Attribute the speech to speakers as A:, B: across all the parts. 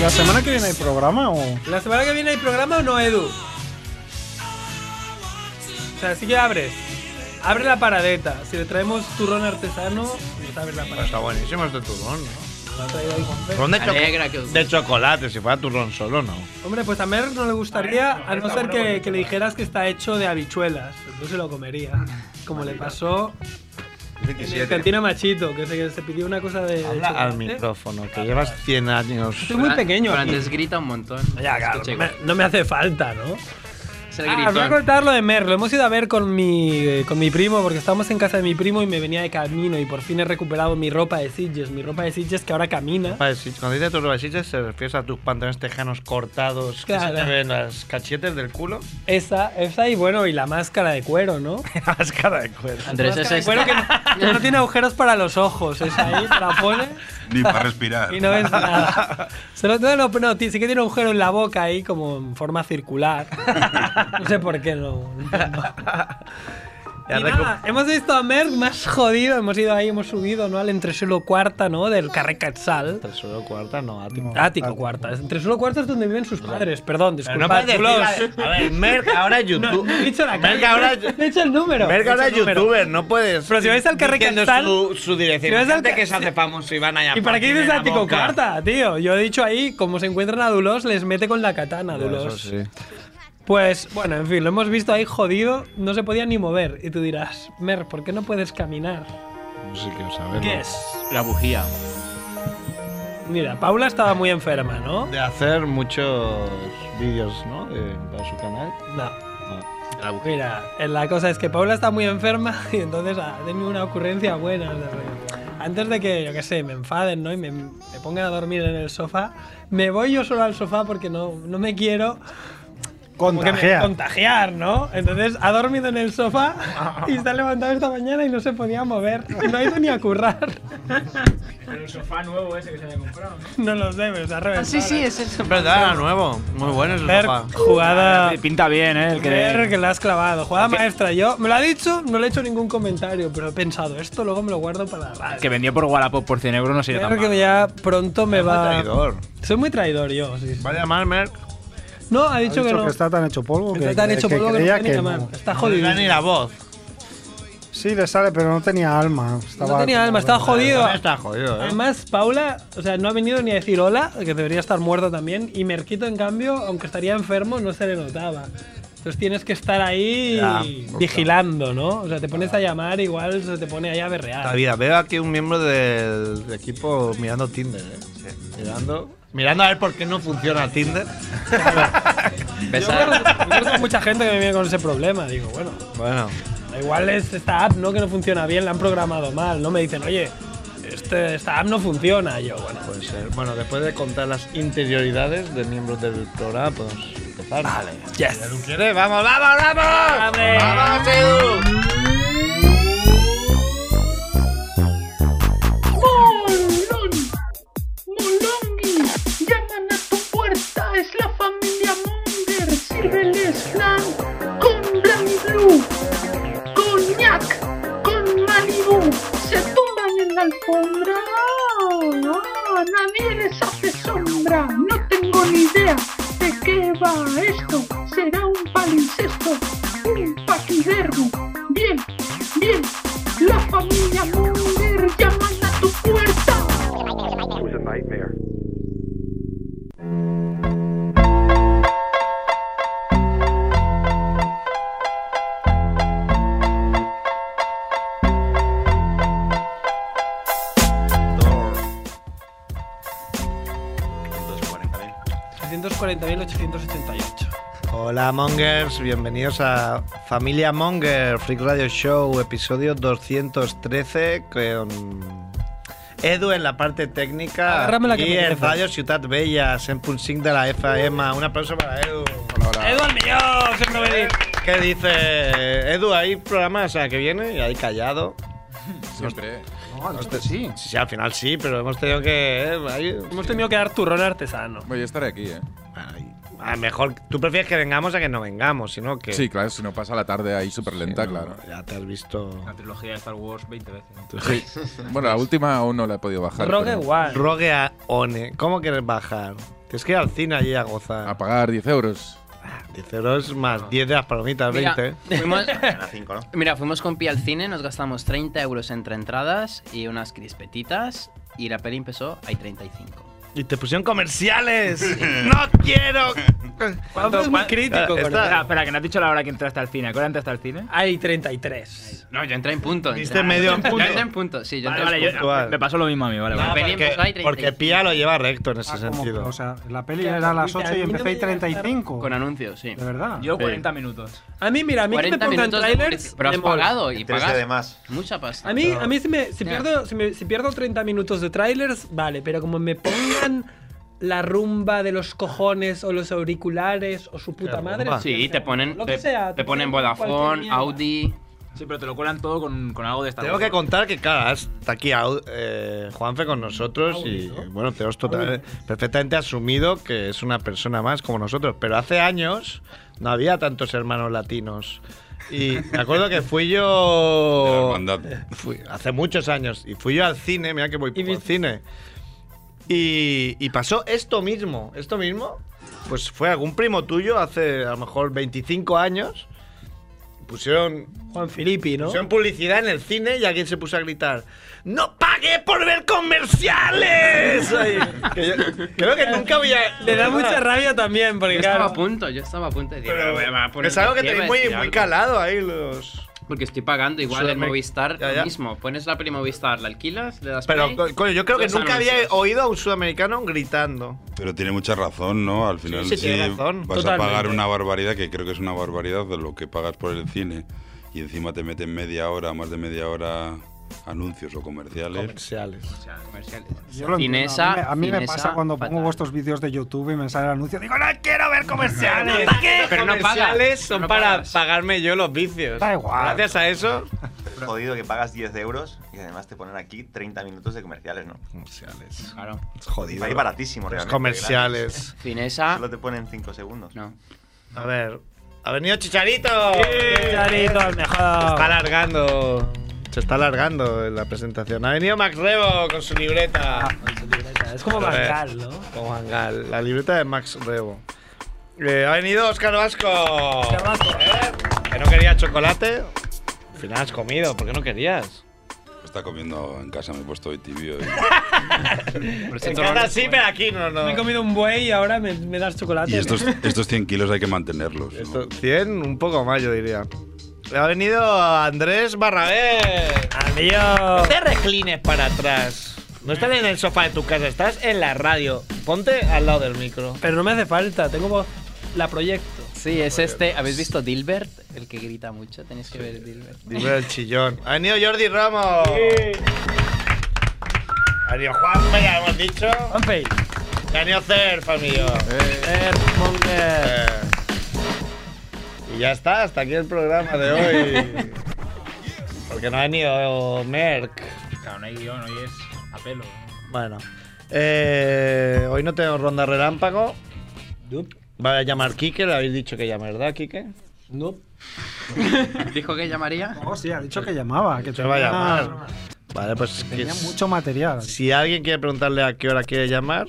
A: ¿La semana que viene hay programa o.?
B: ¿La semana que viene hay programa o no, Edu? O sea, así que abres. Abre la paradeta. Si le traemos turrón artesano, nos abre la
C: Pero
B: paradeta.
C: está buenísimo este turrón, ¿no?
B: Lo ha traído ahí Juan Fe.
C: Turrón de,
D: Me
C: choco-
D: alegra que os
C: de chocolate, si fuera turrón solo, no.
B: Hombre, pues a Mer no le gustaría, a no ser que, que le dijeras que está hecho de habichuelas. Pues No se lo comería. Como le pasó en el
C: 27.
B: Cantina Machito, que se, se pidió una cosa de. ¿Eh?
C: Habla al
B: chocolate.
C: micrófono, que llevas 100 años.
B: Estoy muy pequeño.
D: Pero
B: aquí.
D: antes grita un montón.
B: Ya, claro,
D: Escucha,
B: no me- no me hace falta, ¿no?
D: Es el
B: Ah, os voy a
D: gritón.
B: contar lo de Mer. Lo hemos ido a ver con mi, eh, con mi primo porque estábamos en casa de mi primo y me venía de camino y por fin he recuperado mi ropa de Sitges. Mi ropa de Sitges que ahora camina.
C: Para decir- Cuando dices tus basiches, se refiere a tus pantalones tejanos cortados,
B: Claro.
C: que se te ven las cachetes del culo.
B: Esa, esa y bueno, y la máscara de cuero, ¿no?
C: Máscara de cuero.
D: Andrés es
B: Máscara de cuero
D: extra.
B: que no, que no tiene agujeros para los ojos. Es ahí, te la pones
E: Ni para respirar.
B: y no ves nada. Solo, no, no, no, ti- sí que tiene un agujero en la boca ahí como en forma circular. No sé por qué no. no. Y nada, hemos visto a Merck más jodido, hemos ido ahí, hemos subido, ¿no? Al entresuelo cuarta, ¿no? Del carrer Quetzal.
C: Tesoro cuarta, no, a ti.
B: Ático cuarta. Entresuelo cuarta es donde viven sus padres, perdón, disculpad.
C: no puedes decir,
B: chulos.
C: a a ver, Merck ahora
B: No,
C: YouTube.
B: no he dicho la
C: Merck
B: calle,
C: ahora,
B: he dicho el número.
C: Merck
B: he
C: ahora es
B: dicho el número.
C: youtuber, no puedes.
B: Pero si vais al Carrer
C: diciendo
B: Castal-
C: su, su dirección.
B: si vais al
C: Gente
B: ca-
C: que se hace famoso y van allá.
B: ¿Y para qué dices
C: Martín en
B: ático
C: la boca.
B: cuarta, tío? Yo he dicho ahí, como se encuentran a Dulos, les mete con la katana,
C: Ya, eso
B: Dulos.
C: sí.
B: Pues, bueno, en fin, lo hemos visto ahí jodido, no se podía ni mover. Y tú dirás, Mer, ¿por qué no puedes caminar?
C: Sí, quiero saberlo.
B: ¿Qué es?
D: La bujía.
B: Mira, Paula estaba muy enferma, ¿no?
C: De hacer muchos vídeos, ¿no? De- para su canal.
B: No.
C: No.
D: La bujía.
B: Mira, eh, la cosa es que Paula está muy enferma y entonces ha tenido una ocurrencia buena. de re- Antes de que, yo qué sé, me enfaden ¿no? y me, me pongan a dormir en el sofá, me voy yo solo al sofá porque no, no me quiero como que me-
A: Contagia.
B: contagiar, ¿no? Entonces ha dormido en el sofá y está levantado esta mañana y no se podía mover. Y no ha ido ni a currar.
F: Pero el sofá nuevo ese que se había comprado. ¿no?
B: No lo sé, pero se ha reventado.
D: Ah, sí, sí, es el
C: Es verdad, era nuevo. Muy bueno ese
B: Ver
C: papá.
B: jugada.
F: Pinta bien, ¿eh? El
B: Ver
F: que
B: que la has clavado. Jugada maestra. Yo me lo ha dicho, no le he hecho ningún comentario, pero he pensado, esto luego me lo guardo para la radio.
F: que vendió por Wallapop por 100 euros no sería tan
B: Creo que
F: mal.
B: ya pronto me
C: Muy
B: va.
C: traidor.
B: Soy muy traidor yo. sí, sí.
C: Va a llamar Merck.
B: No, ha
A: Ha
B: dicho, que no.
A: que está tan hecho polvo que,
B: Está tan
A: que-
B: hecho
A: que
B: polvo que no
A: creía
B: puede ni
A: que
B: llamar.
A: no.
B: Está
C: No le
B: jodido.
C: da ni la voz.
A: Sí, le sale, pero no tenía alma. Estaba
B: No tenía alma, estaba jodido.
C: Está jodido, ¿eh?
B: Además, Paula, o sea, no ha venido ni a decir hola, que debería estar muerta también. Y Merquito, en cambio, aunque estaría enfermo, no se le notaba. Entonces tienes que estar ahí
C: Ya,
B: vigilando, ¿no? O sea, te pones a llamar, igual se te pone ahí a
C: La
B: berrear.
C: vida. Veo aquí un miembro del equipo mirando Tinder, ¿eh? Mirando, mirando a ver por qué no funciona Tinder.
B: Yo conozco- yo conozco mucha gente que me viene con ese problema. Digo, bueno,
C: Bueno,
B: Igual es esta app, ¿no? Que no funciona bien, la han programado mal, ¿no? Me dicen, oye, este- esta app no funciona. Y yo, bueno,
C: puede ser. Bueno, después de contar las interioridades de miembros del programa, podemos empezar. Vale.
B: yes.
C: ¿Tú quieres? ¡Vamos, vamos, vamos!
B: ¡Hombre!
C: ¡Vamos, Edu!
G: Molón, Molongi, llaman a tu puerta, es la familia Munger, sírveles flan con Blanc Blue, coñac, con Malibu, se tumban en la alfombra, ¡Ah! nadie les hace sombra, no tengo ni idea de qué va esto, será un palincesto, un paquidermo, bien, bien, la familia Munger llaman a tu puerta.
C: Dos
B: 340.888.
C: Hola Mongers, bienvenidos a Familia Monger, Freak Radio Show, episodio 213 con Edu en la parte técnica
B: Agárrame la que
C: y
B: me
C: en
B: creces.
C: Radio Ciutat Bella, 100.5 de la FM. Un aplauso para Edu.
B: ¡Edu al millón! Siempre me dice.
C: ¿Qué dice Edu? ¿Hay programa o sea, que viene? Y ahí callado.
E: Siempre.
A: No, este sí.
C: Sí, sí, al final sí, pero hemos tenido que... eh, ahí-
B: Hemos tenido que dar turrón artesano.
E: Voy a estar aquí, ¿eh?
C: Ay, a lo mejor tú prefieres que vengamos a que no vengamos, sino que...
E: Sí, claro, si no pasa la tarde ahí súper lenta, claro.
C: Ya te has visto...
D: La trilogía de Star Wars 20 veces.
E: Bueno, la última aún no la he podido bajar.
B: Rogue
E: pero-
B: One.
C: Rogue a One. ¿Cómo quieres bajar? Tienes que ir al cine allí a gozar.
E: A pagar 10 euros.
C: 10 euros más 10 de las palomitas,
H: Mira,
C: 20.
H: fuimos,
I: A las 5, ¿no?
H: mira, fuimos con Pi al cine, nos gastamos 30 euros entre entradas y unas crispetitas y la peli empezó hay 35.
C: Y te pusieron comerciales. ¡No quiero!
B: Pablo es muy crítico con
C: Ah, Está-
F: Espera, espera, que no has dicho la hora que entraste al cine. ¿A qué hora entraste al cine?
B: Hay 33.
H: No, yo entré en punto. entré-
C: Viste medio en
H: Yo
C: punto.
H: entré en punto, sí, yo
F: Vale,
H: entré
F: vale,
H: en
F: yo-
H: punto.
C: puntual.
F: me pasó lo mismo a mí, vale.
H: La
F: vale.
H: peli
C: Ah, Porque,
H: empezó hay 35.
C: porque Pía lo lleva recto en ese
A: Ah, como
C: sentido.
A: que, o sea, la peli era a las 8 y empecé y 35.
H: Con anuncios, sí.
A: De verdad.
F: Yo 40 minutos.
B: A mí, mira, a mí que me
H: 40
B: pongan
H: minutos de
B: trailers.
H: publicidad. Pero has
B: me mola.
H: pagado y
I: Y 13 de
H: pagas
I: más.
H: mucha pasta.
B: A mí, a mí si, me, si,
H: Ya.
B: pierdo, si, me- si pierdo 30 minutos de trailers, vale, pero como me pongan la rumba de los cojones o los auriculares o su puta
C: rumba?
B: madre.
H: Sí, te ponen,
B: Lo que
H: te,
B: sea,
H: te ponen
B: cualquier
H: Vodafone,
B: mierda.
H: Audi.
F: Sí, pero te lo cuelan todo con, con algo de esta.
C: Tengo que contar que, claro, está aquí au- eh, Juanfe con nosotros y, bueno, tenemos total- perfectamente asumido que es una persona más como nosotros. Pero hace años no había tantos hermanos latinos. Y me acuerdo que fui yo. fui- hace muchos años. Y fui yo al cine, mira que voy
B: Y
C: por al
B: viste-
C: cine. Y, y pasó esto mismo. Esto mismo, pues fue algún primo tuyo hace a lo mejor 25 años. Pusieron
B: Juan Filippi, ¿no?
C: Pusieron publicidad en el cine y alguien se puso a gritar: ¡No pagué por ver comerciales! Ay, que yo- creo que nunca había.
B: Le da mucha rabia también,
H: Yo
B: porque
H: estaba
B: claro.
H: a punto, yo estaba a punto de decir.
C: Pero,
H: "Me va a poner
C: Es algo que
H: de
C: tenéis
H: pie, voy
C: muy,
H: a decir
C: muy
H: algo".
C: calado ahí los.
H: Porque estoy pagando igual
C: Solo
H: el
C: me-
H: Movistar
C: Ya,
H: lo
C: ya.
H: mismo. Pones la peli Movistar, la alquilas, le das
C: Pero,
H: play.
C: co- coño, yo creo que
H: Los
C: nunca había
H: anuncios.
C: oído a un sudamericano gritando.
J: Pero tiene mucha razón, ¿no? Al final
C: sí,
J: sí,
C: tiene razón.
J: vas
B: Totalmente.
J: a pagar una barbaridad, que creo que es una barbaridad de lo que pagas por el cine, y encima te meten media hora, más de media hora, anuncios o comerciales.
C: Comerciales.
H: comerciales.
A: Yo lo entiendo.
H: Cinesa,
A: a mí, me- a mí me
H: Cinesa,
A: pasa cuando pongo
H: fatal.
A: vuestros vídeos de YouTube y me sale el anuncio. Digo, no quiero ver comerciales.
C: Pero no
H: pagas,
C: comerciales son
H: no
C: para
H: pagas.
C: pagarme yo los vicios.
A: Da igual.
C: Gracias a eso.
I: Es jodido que pagas 10 euros y además te ponen aquí 30 minutos de comerciales, ¿no?
C: Comerciales.
H: Claro.
C: Es jodido.
I: Ahí baratísimo, realmente. gratis.
C: comerciales.
H: Cinesa.
I: Solo te ponen 5 segundos.
H: No.
C: A ver. Ha venido Chicharito.
B: Chicharito, el
C: Está
B: mejor.
C: alargando. Se está alargando la presentación. Ha venido Max Rebo con su
F: Ah,
C: libreta.
B: Es como
C: A ver.
B: bancal, ¿no?
C: Con Van Gaal. La libreta de Max Rebo. Eh, ha venido Oscar Vasco.
B: Vasco.
C: Eh, Que no quería chocolate. Al final has comido. ¿Por qué no querías?
J: Está comiendo en casa, me he puesto hoy tibio. y-
C: En casa sí, pero aquí no, no.
B: Me he comido un buey y ahora me, me das chocolate.
J: Y estos, estos 100 kilos hay que mantenerlos. ¿no?
C: Esto, 100, un poco más, yo diría. Ha venido Andrés Barrabé.
B: Adiós.
C: No te reclines para atrás. No estás en el sofá de tu casa, estás en la radio. Ponte al lado del micro.
B: Pero no me hace falta, tengo voz. La proyecto.
H: Sí, es este. ¿Habéis visto Dilbert? El que grita mucho. Tenéis que ver Dilbert.
C: Dime el chillón. Ha venido Jordi Ramos. Ha venido Juan, ya hemos dicho.
B: Juanfe,
C: Ha venido Cerf, amigo.
B: Earthmonger.
C: Eh. Y ya está, hasta aquí el programa de hoy. Porque no ha venido Merck.
F: Claro, no hay guión, hoy es a pelo.
C: Bueno. Eh, hoy no tengo ronda relámpago. Va a llamar Quique, le habéis dicho que llame, ¿verdad, Quique?
B: No.
H: ¿Dijo que llamaría?
A: Oh, sí, ha dicho que llamaba. Que
C: Se
B: Ah.
C: va a
A: tenía-
C: llamar. Vale, pues que
A: Tenía
C: s-
A: mucho material.
C: si alguien quiere preguntarle a qué hora quiere llamar.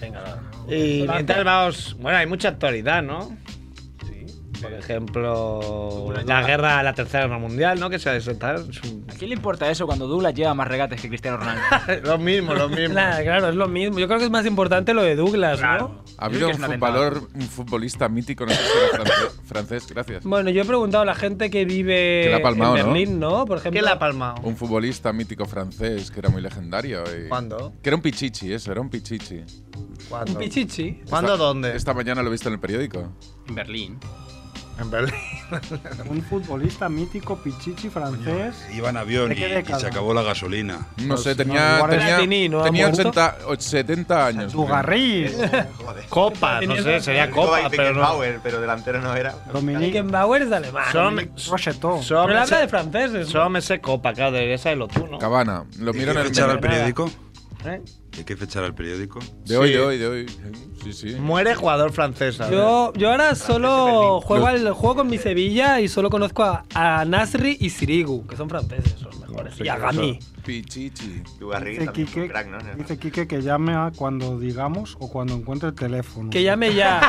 C: Venga, Y mientras vamos. Bueno, hay mucha actualidad, ¿no? Sí. Por ejemplo, la guerra, Ah, la tercera guerra mundial, ¿no? Que se ha desatado. Es un-
F: ¿A quién le importa eso cuando Douglas lleva más regates que Cristiano Ronaldo?
C: Lo mismo, lo mismo.
B: Nada, claro, es lo mismo. Yo creo que es más importante lo de Douglas, ¿no?
E: Ha habido un, futbolor, un futbolista mítico, no sé si era francés, francés, gracias.
B: Bueno, yo he preguntado a la gente que vive
E: Que la ha palmado,
B: en
E: ¿no?
B: Berlín, ¿no? Por ejemplo,
C: ¿Qué la ha palmado?
E: Un futbolista mítico francés que era muy legendario. y-
C: ¿Cuándo?
E: Que era un pichichi, eso, era un pichichi. Esta-
C: ¿Cuándo?
B: un pichichi.
C: ¿Cuándo dónde?
E: Esta mañana lo he visto en el periódico.
H: En Berlín.
C: En Berlín.
A: Un futbolista mítico, pichichi francés.
J: Iba en avión
A: ¿De
J: y,
A: qué
J: y
A: década?
J: se acabó la gasolina.
E: No sé,
A: no,
E: tenía,
A: igual
E: tenía,
B: era Platini, ¿no? ¿Ha
E: tenía
B: muerto?
E: 80, o 70 años.
A: Dugarry,
C: Copa, no sé, sería copa, pero no.
I: Power, pero delantero no era.
A: Dominique
B: Beckenbauer es alemán.
C: Solo me,
A: Rocheteau.
C: solo
B: Pero él
C: me
B: habla de
C: sé,
B: franceses. ¿no?
C: solo me sé copa, claro, debería saberlo tú, ¿no?
E: Cabana, lo miro en
J: ¿Hay que
E: el
J: fechar al
E: de
J: periódico?
C: ¿Eh?
J: ¿Hay que fechar al periódico?
E: hoy,
C: Sí.
E: de hoy, de hoy. Sí, sí.
C: Muere jugador francés. ¿sabes?
B: Yo, yo ahora solo juego, al, juego con mi Sevilla y solo conozco a, a Nasri y Sirigu, que son franceses los mejores.
C: Sí,
B: y a Gami.
C: eso.
E: Pichichi.
I: Tu
A: Dice
I: barriga también es un
A: Quique,
I: crack, ¿no?
A: dice Quique que llame a cuando digamos o cuando encuentre el teléfono.
B: Que llame ya.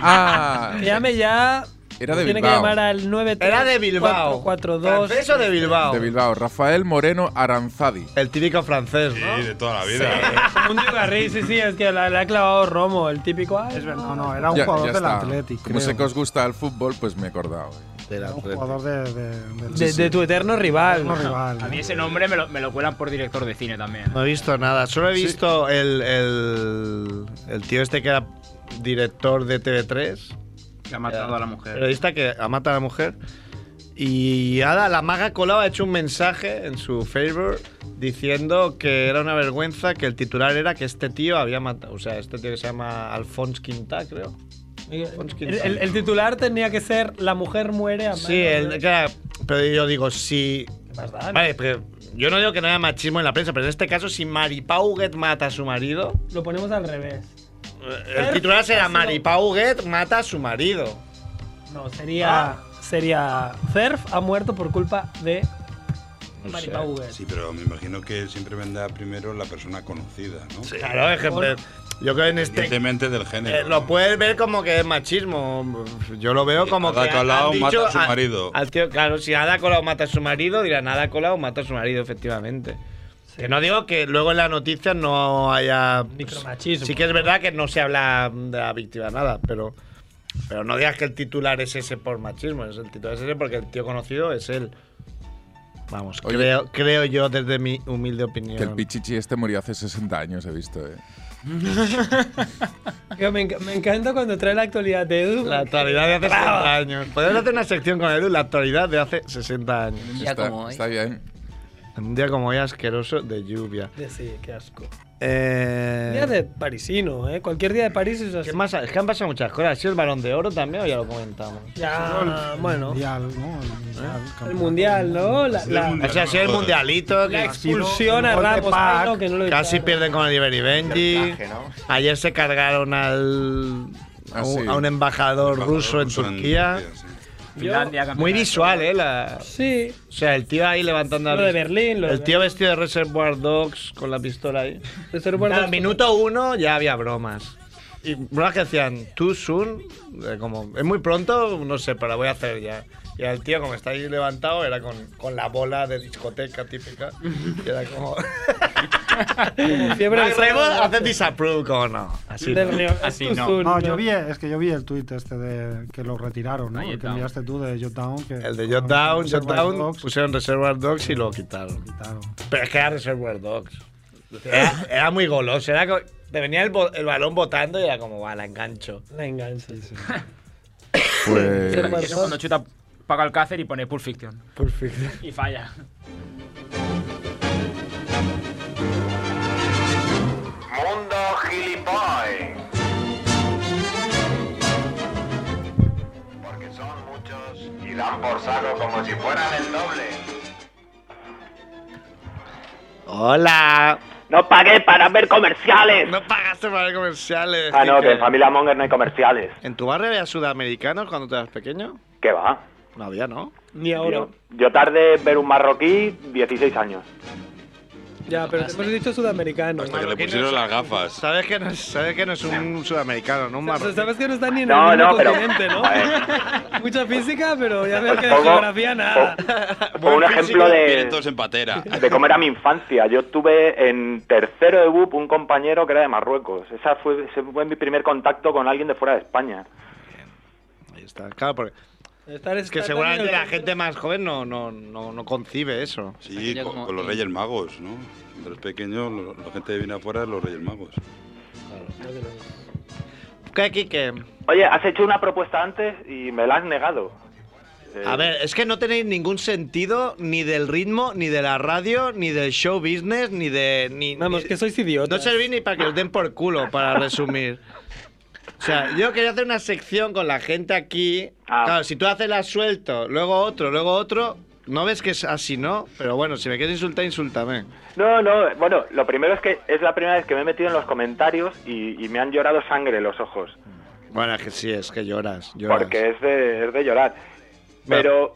E: Ah.
B: Que llame ya.
E: Era de
B: Tiene que
E: Bilbao.
B: llamar al 9
C: Era de Bilbao. Francés o de Bilbao.
E: De Bilbao, Rafael Moreno Aranzadi.
C: El típico francés, ¿no?
J: Sí, de toda la vida.
B: Un Digarri, sí, sí, es que la, la ha clavado Romo, el típico. Es verdad.
A: No, no, era un
E: Ya-
A: jugador
E: ya
A: del
E: está.
A: Atlético.
E: Como sé que os gusta el fútbol, pues me he acordado.
C: Del
A: Un
C: Atleti.
A: jugador de, de, del-
B: De, de tu eterno rival.
A: no rival.
F: A mí ese nombre me lo, me lo cuelan por director de cine también.
C: No he visto nada. Solo he
E: Sí.
C: visto el, el, el tío este que era director de TV3,
H: Que ha matado a la mujer.
C: Eh, periodista que mata a la mujer. Y Ada, la maga Colau ha hecho un mensaje en su favor diciendo que era una vergüenza que el titular era que este tío había matado. O sea, este tío que se llama Alphonse Quintá, creo.
B: El, el- el titular tenía que ser La mujer muere a manos
C: Sí,
B: de-
C: él, claro, pero yo digo, si.
B: más da, no?
C: Vale, pero yo no digo que no haya machismo en la prensa, pero en este caso, si Mari Pauget mata a su marido,
B: Lo ponemos al revés.
C: el titular será Mari Pauget mata a su marido.
B: No, sería. Sería. Cerf ha muerto por culpa de. Maripá Uber.
J: Sí, pero me imagino que siempre vendrá primero la persona conocida, ¿no?
C: Claro, ejemplo. Yo creo que en este.
J: Independientemente del género.
C: Eh, lo puedes ver como que es machismo. Yo lo veo
J: Sí,
C: como
J: Ada
C: que.
J: Colau
C: han
J: mata
C: dicho ah,
J: a su marido.
C: al tío- claro, si Ada Colau mata a su marido, dirán Ada Colau mata a su marido, efectivamente. Que no digo que luego en las noticias no haya.
B: Micromachismo.
C: Sí que es verdad que no se habla de la víctima nada, pero. Pero no digas que el titular es ese por machismo, es el titular es ese porque el tío conocido es él. Vamos,
E: Oye.
C: creo, creo yo desde mi humilde opinión.
E: Que el pichichi este murió hace 60 años, he visto, eh.
B: Que Me, enc- me encanta cuando trae la actualidad de Edu.
C: La actualidad de hace 60 años. Podemos hacer una sección con Edu, la actualidad de hace 60 años.
H: Ya
E: está,
H: como hoy.
E: está bien.
C: Un día como hoy asqueroso de lluvia.
B: De- Sí, qué asco.
C: Eh,
B: Día de parisino, ¿eh? Cualquier día de París es así.
C: ¿qué más ha- Es que han pasado muchas cosas. ¿Ha sido el balón de oro también o ya lo comentamos?
B: Ya, bueno. ¿Eh?
A: Mundial, ¿no? El mundial,
B: El
A: campeón.
B: mundial, ¿no? La,
J: Sí, el
B: la,
J: mundial.
C: O sea, ha sido el
J: Joder.
C: mundialito
B: la
C: que
B: expulsión a
A: Gol de
B: Ramos.
A: Pac,
B: Pablo, que no lo
C: casi
B: echaron.
C: pierden con el Iberi Benji.
I: Arbitraje, ¿no?
C: Ayer se cargaron al. A
E: Ah,
C: un,
E: sí.
C: a un embajador,
J: Embajador
C: ruso en Turquía.
J: sí.
F: Finlandia, campeona
C: Muy
F: del
C: visual, ¿eh? la-
B: Sí.
C: o sea, el tío ahí levantando.
B: Lo
C: la
B: de
C: pist-
B: Berlín, lo de
C: El tío vestido de Reservoir Dogs con la pistola ahí.
B: De ser bueno-
C: Al minuto uno ya había bromas. Y bromas que decían, too soon, eh, como, es muy pronto, no sé, pero la voy a hacer ya. Y el tío, como está ahí levantado, era con, con la bola de discoteca típica. Y era como.
B: como fiebre del
C: Rebo
B: sábado
C: hace disapprove, como no. Así.
B: del
C: no.
B: río.
D: Así
B: Esto es
D: no.
B: un-
A: No, yo vi, es que yo vi el tuit este de que lo retiraron, ¿no?
D: Ah,
A: El que
D: Jotdown.
A: enviaste tú de Jotdown. que-
C: El de
A: con-
C: Jotdown,
A: con Reservoir
C: Jotdown,
A: Dogs,
C: pusieron Reservoir Dogs y lo quitaron.
A: quitaron.
C: Pero es que era Reservoir Dogs. Era, era muy goloso, era co- te venía el, bo- el balón botando y era como, va, la engancho.
B: La engancha.
E: Pues.
F: Eso cuando chuta Paco Alcácer y pone Pulp Fiction. Y falla.
G: Mundo gilipollas. Porque son muchos y dan por saco como si fueran el doble.
C: Hola.
K: No pagué para ver comerciales.
C: No pagaste para ver comerciales.
K: Ah, no,
C: Quique.
K: que en Familia Monger no hay comerciales.
C: ¿En tu barrio había sudamericanos cuando tú eras pequeño?
K: ¿Qué va?
C: No había, ¿no?
B: Ni ahora.
K: Yo, yo tardé en ver un marroquí 16 años.
B: Ya, pero te hemos dicho sudamericano.
J: Hasta que le pusieron las gafas.
C: Sabes que no es, sabes que no es un sudamericano, no un
B: O sea,
C: marroquí.
B: Sabes que no está ni en
K: No,
B: el
K: no,
B: mismo
K: pero.
B: continente, ¿no?
K: Joder,
B: Mucha física, pero ya veo que de
K: Poco-
B: geografía nada.
K: po- po- un
C: pues
K: ejemplo
J: Vienen
K: de,
J: todos en patera.
K: de cómo era mi infancia. Yo tuve en tercero de BUP un compañero que era de Marruecos. Esa fue, ese fue mi primer contacto con alguien de fuera de España.
C: Ahí está, claro, porque
B: Estar-
C: es que
B: estar
C: seguramente
B: tan en
C: la
B: el
C: gente más joven no, no, no, no concibe eso.
J: Sí,
H: Ya
J: con,
H: como-
J: con los Reyes Magos, ¿no? De los pequeños, lo- la gente viene afuera, los Reyes Magos.
C: ¿Qué, Quique?
K: Oye, has hecho una propuesta antes y me la has negado. Eh,
C: A ver, es que no tenéis ningún sentido ni del ritmo, ni de la radio, ni del show business, ni de... Ni,
B: Vamos,
C: ni-
B: que sois idiotas.
C: No servís ni para que os den por culo, para resumir. O sea, yo quería hacer una sección con la gente aquí.
K: Ah.
C: Claro, si tú haces la suelto, luego otro, luego otro, no ves que es así, ¿no? Pero bueno, si me quieres insultar, insultame.
K: No, no, bueno, lo primero es que es la primera vez que me he metido en los comentarios y, y me han llorado sangre los ojos.
C: Bueno, es que sí, es que lloras, lloras.
K: Porque es de, es de llorar. Pero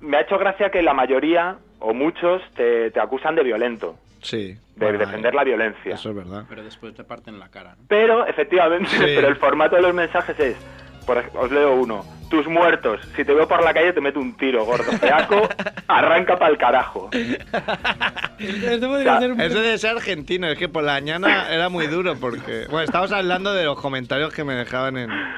K: me ha hecho gracia que la mayoría o muchos te, te acusan de violento,
C: Sí.
K: de
C: Bueno, eh.
K: defender la violencia.
C: Eso es verdad.
H: Pero después te parten la cara.
K: Pero, efectivamente,
C: Sí.
K: pero el formato de los mensajes es, por ej- os leo uno, tus muertos, si te veo por la calle te meto un tiro, gordo feaco, arranca pa'l carajo.
B: Eso
K: podría ser
B: un-
C: Eso de ser argentino, es que por la mañana era muy duro porque. Bueno, estamos hablando de los comentarios que me dejaban en, en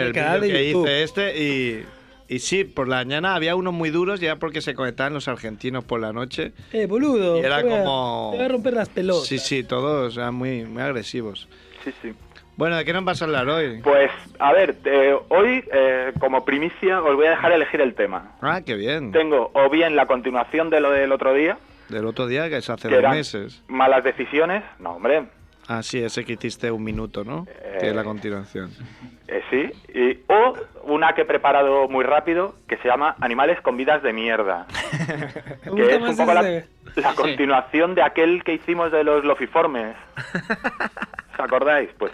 C: el
B: El canal
C: vídeo
B: de
C: que
B: YouTube.
C: hice este y. Y sí, por la mañana había unos muy duros, ya porque se conectaban los argentinos por la noche.
B: Eh, boludo.
C: Y era
B: te voy a-
C: como-
B: Te voy a romper las pelotas.
C: Sí, sí, todos eran muy, muy agresivos.
K: Sí, sí.
C: Bueno, ¿de qué nos vas a hablar hoy?
K: Pues, a ver, eh, hoy, eh, como primicia, os voy a dejar elegir el tema.
C: Ah, qué bien.
K: Tengo o bien la continuación de lo del otro día,
C: Del otro día, que es hace
K: que
C: dos
K: eran
C: meses.
K: malas decisiones, no, hombre,
C: Ah, sí, ese que hiciste un minuto, ¿no? Que es la continuación.
K: eh, sí, y, o una que he preparado muy rápido, que se llama Animales con vidas de mierda.
B: Me
K: que
B: gusta
K: es un
B: más
K: poco la,
B: ese.
K: la continuación de aquel que hicimos de los lofiformes. ¿Os acordáis? Pues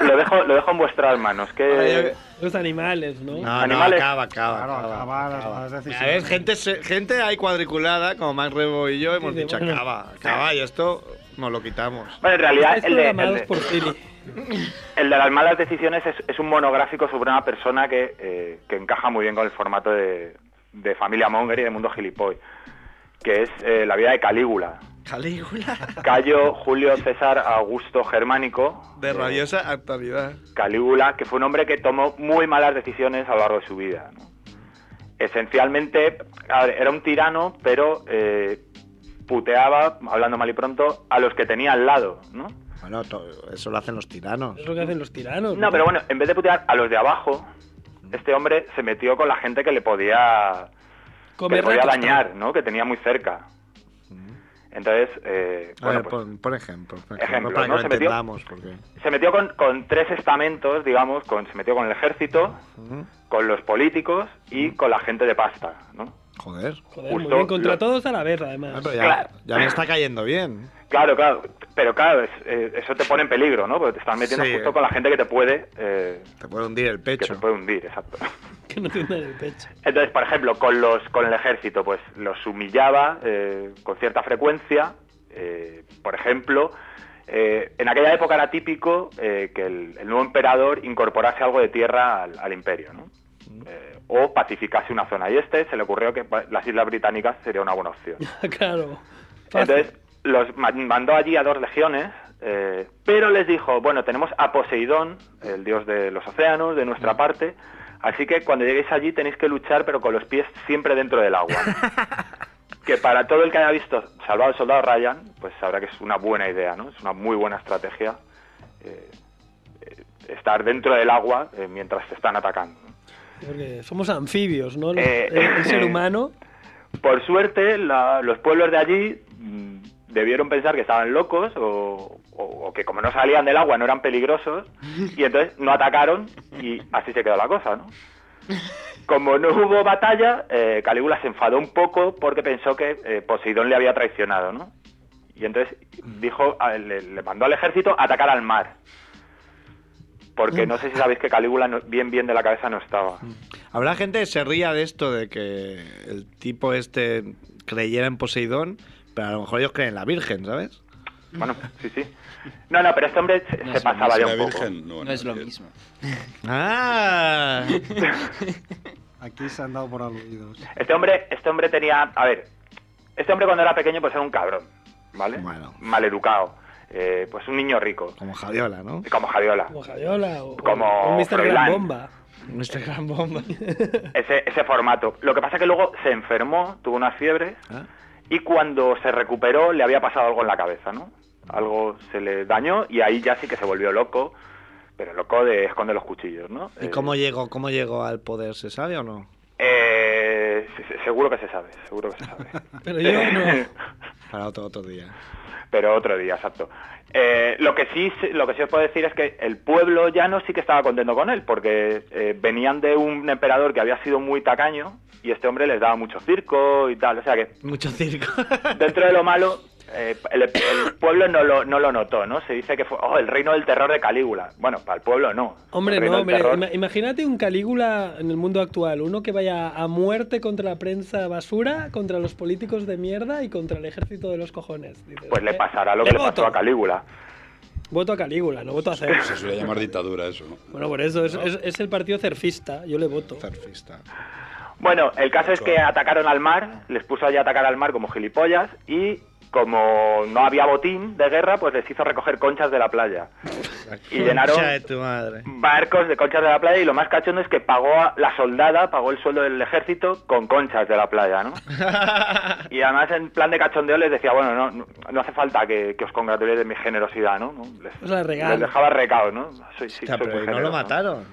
K: lo dejo, lo dejo en vuestras manos. Que
B: Los animales, ¿no?
C: No,
K: Animales.
C: no, acaba, acaba. acaba, acaba. A ver, gente, se- gente ahí cuadriculada, como Max Rebo y yo, hemos
B: Sí, sí,
C: dicho,
B: bueno.
C: acaba, acaba, y esto nos lo quitamos.
K: Bueno, en realidad
B: Estáis
K: el de, el
B: programados
K: de-
B: por Philly.
K: el de las malas decisiones es, es un monográfico sobre una persona que, eh, que encaja muy bien con el formato de, de Familia Monger y de Mundo Gilipoy, que es eh, la vida de Calígula.
C: Calígula.
K: Cayo Julio César Augusto Germánico,
C: De rabiosa actualidad.
K: Calígula, que fue un hombre que tomó muy malas decisiones a lo largo de su vida. ¿no? Esencialmente, a ver, era un tirano, pero eh, puteaba, hablando mal y pronto, a los que tenía al lado. ¿no?
C: Bueno, to- eso lo hacen los tiranos.
B: Es lo que hacen los tiranos.
K: No, pero bueno, en vez de putear a los de abajo, este hombre se metió con la gente que le podía, que le
B: Comer
K: podía
B: ratas.
K: dañar, ¿no? que tenía muy cerca. Entonces, eh,
C: A
K: bueno,
C: ver,
K: pues,
C: pon, pon ejemplo, pon
K: Ejemplo,
C: para
K: ¿no?
C: que
K: Se
C: lo
K: metió-
C: entendamos. Porque...
K: se metió con, con tres estamentos, digamos, con, se metió con el ejército,
C: ¿Mm?
K: con los políticos y con la gente de pasta. ¿no?
C: Joder.
B: Joder, muy
K: justo
B: bien, contra
K: lo-
B: todos a la vez, además.
C: Ah, pero
K: Claro.
C: ya, ya me está cayendo bien.
K: Claro, claro. Pero claro, es- eh, eso te pone en peligro, ¿no? Porque te están metiendo
C: Sí. eh.
K: justo con la gente que te puede... eh,
C: Te puede hundir el
K: que te
C: pecho.
K: puede hundir, exacto.
B: Que no tiene el pecho.
K: Entonces, por ejemplo, con los con el ejército, pues los humillaba eh, con cierta frecuencia. Eh, por ejemplo, eh, en aquella época era típico eh, que el, el nuevo emperador incorporase algo de tierra al, al imperio, ¿no? Eh, o pacificase una zona. Y este se le ocurrió que pa- las islas británicas sería una buena opción.
B: Ah, claro. Fácil.
K: Entonces, los ma- mandó allí a dos legiones, eh, pero les dijo, bueno, tenemos a Poseidón, el dios de los océanos, de nuestra parte, así que cuando lleguéis allí tenéis que luchar, pero con los pies siempre dentro del agua. que para todo el que haya visto Salvado al Soldado Ryan, pues sabrá que es una buena idea, ¿no? Es una muy buena estrategia eh, eh, estar dentro del agua eh, mientras te están atacando.
B: Porque somos anfibios, ¿no? Los-
K: Eh,
B: el, el ser humano.
K: Por suerte, la- los pueblos de allí mm, debieron pensar que estaban locos o, o- o que como no salían del agua no eran peligrosos y entonces no atacaron y así se quedó la cosa, ¿no? Como no hubo batalla, eh, Calígula se enfadó un poco porque pensó que eh, Poseidón le había traicionado, ¿no? Y entonces dijo, a- le, le mandó al ejército a atacar al mar. Porque no sé si sabéis que Calígula no- bien bien de la cabeza no estaba.
C: Habrá gente que se ría de esto, de que el tipo este creyera en Poseidón, pero a lo mejor ellos creen en la Virgen, ¿sabes?
K: Bueno, sí, sí. No, no, pero este hombre se, se pasaba ya
J: la
K: un poco.
J: Virgen, no,
H: No es lo mismo.
C: ¡Ah!
A: Aquí se han dado por aludidos.
K: Este hombre, este hombre tenía, a ver, este hombre cuando era pequeño pues era un cabrón, ¿vale?
C: Bueno.
K: Maleducado, eh, pues un niño rico,
C: Como Javiola, ¿no?
K: como Javiola.
B: Como Javiola o,
K: Como
B: o Mr. Gran
K: Froilán.
B: Bomba.
C: Este gran bomba.
K: Ese, ese formato. Lo que pasa que luego se enfermó, tuvo unas fiebres
C: Ah.
K: y cuando se recuperó le había pasado algo en la cabeza, ¿no? Algo se le dañó y ahí ya sí que se volvió loco, pero loco de esconder los cuchillos, ¿no?
C: ¿Y
K: Eh,
C: cómo llegó, cómo llegó al poder? ¿Se sabe o no?
K: eh, se- se- seguro que se sabe, seguro que se sabe.
B: Pero yo no.
C: Para otro, otro día.
K: pero otro día, exacto. Eh, lo que sí se- lo que sí os puedo decir es que el pueblo llano sí que estaba contento con él, porque eh, venían de un emperador que había sido muy tacaño y este hombre les daba mucho circo y tal. O sea que
C: Mucho circo.
K: dentro de lo malo, eh, el, el pueblo no lo, no lo notó, ¿no? Se dice que fue oh, el reino del terror de Calígula. Bueno, para el pueblo no.
B: Hombre,
K: El reino
B: no,
K: del
B: hombre,
K: terror-
B: ima- imagínate un Calígula en el mundo actual, uno que vaya a muerte contra la prensa basura, contra los políticos de mierda y contra el ejército de los cojones. Dices,
K: Pues le
B: "Eh,
K: pasará lo
B: le
K: que le
B: voto.
K: pasó a Calígula.
B: Voto a Calígula, no voto a Zeus.
J: Pues Se suele llamar dictadura eso. ¿no?
B: Bueno, por eso, es, es- es el partido cerfista, yo le voto. Cerfista.
K: Bueno, el caso es que atacaron al mar, les puso allí a atacar al mar como gilipollas y como no había botín de guerra, pues les hizo recoger conchas de la playa. Y llenaron
C: Concha de tu madre.
K: barcos de conchas de la playa y lo más cachondo es que pagó a- la soldada, pagó el sueldo del ejército con conchas de la playa, ¿no? Y además en plan de cachondeo les decía, bueno, no, no- no hace falta que, que os congratuléis de mi generosidad, ¿no? Les,
B: O sea,
K: les
B: regalo.
K: dejaba recados, ¿no? Soy, sí,
C: Hostia,
K: soy
C: pero
K: muy
C: ¿y no lo
K: generoso.
C: mataron.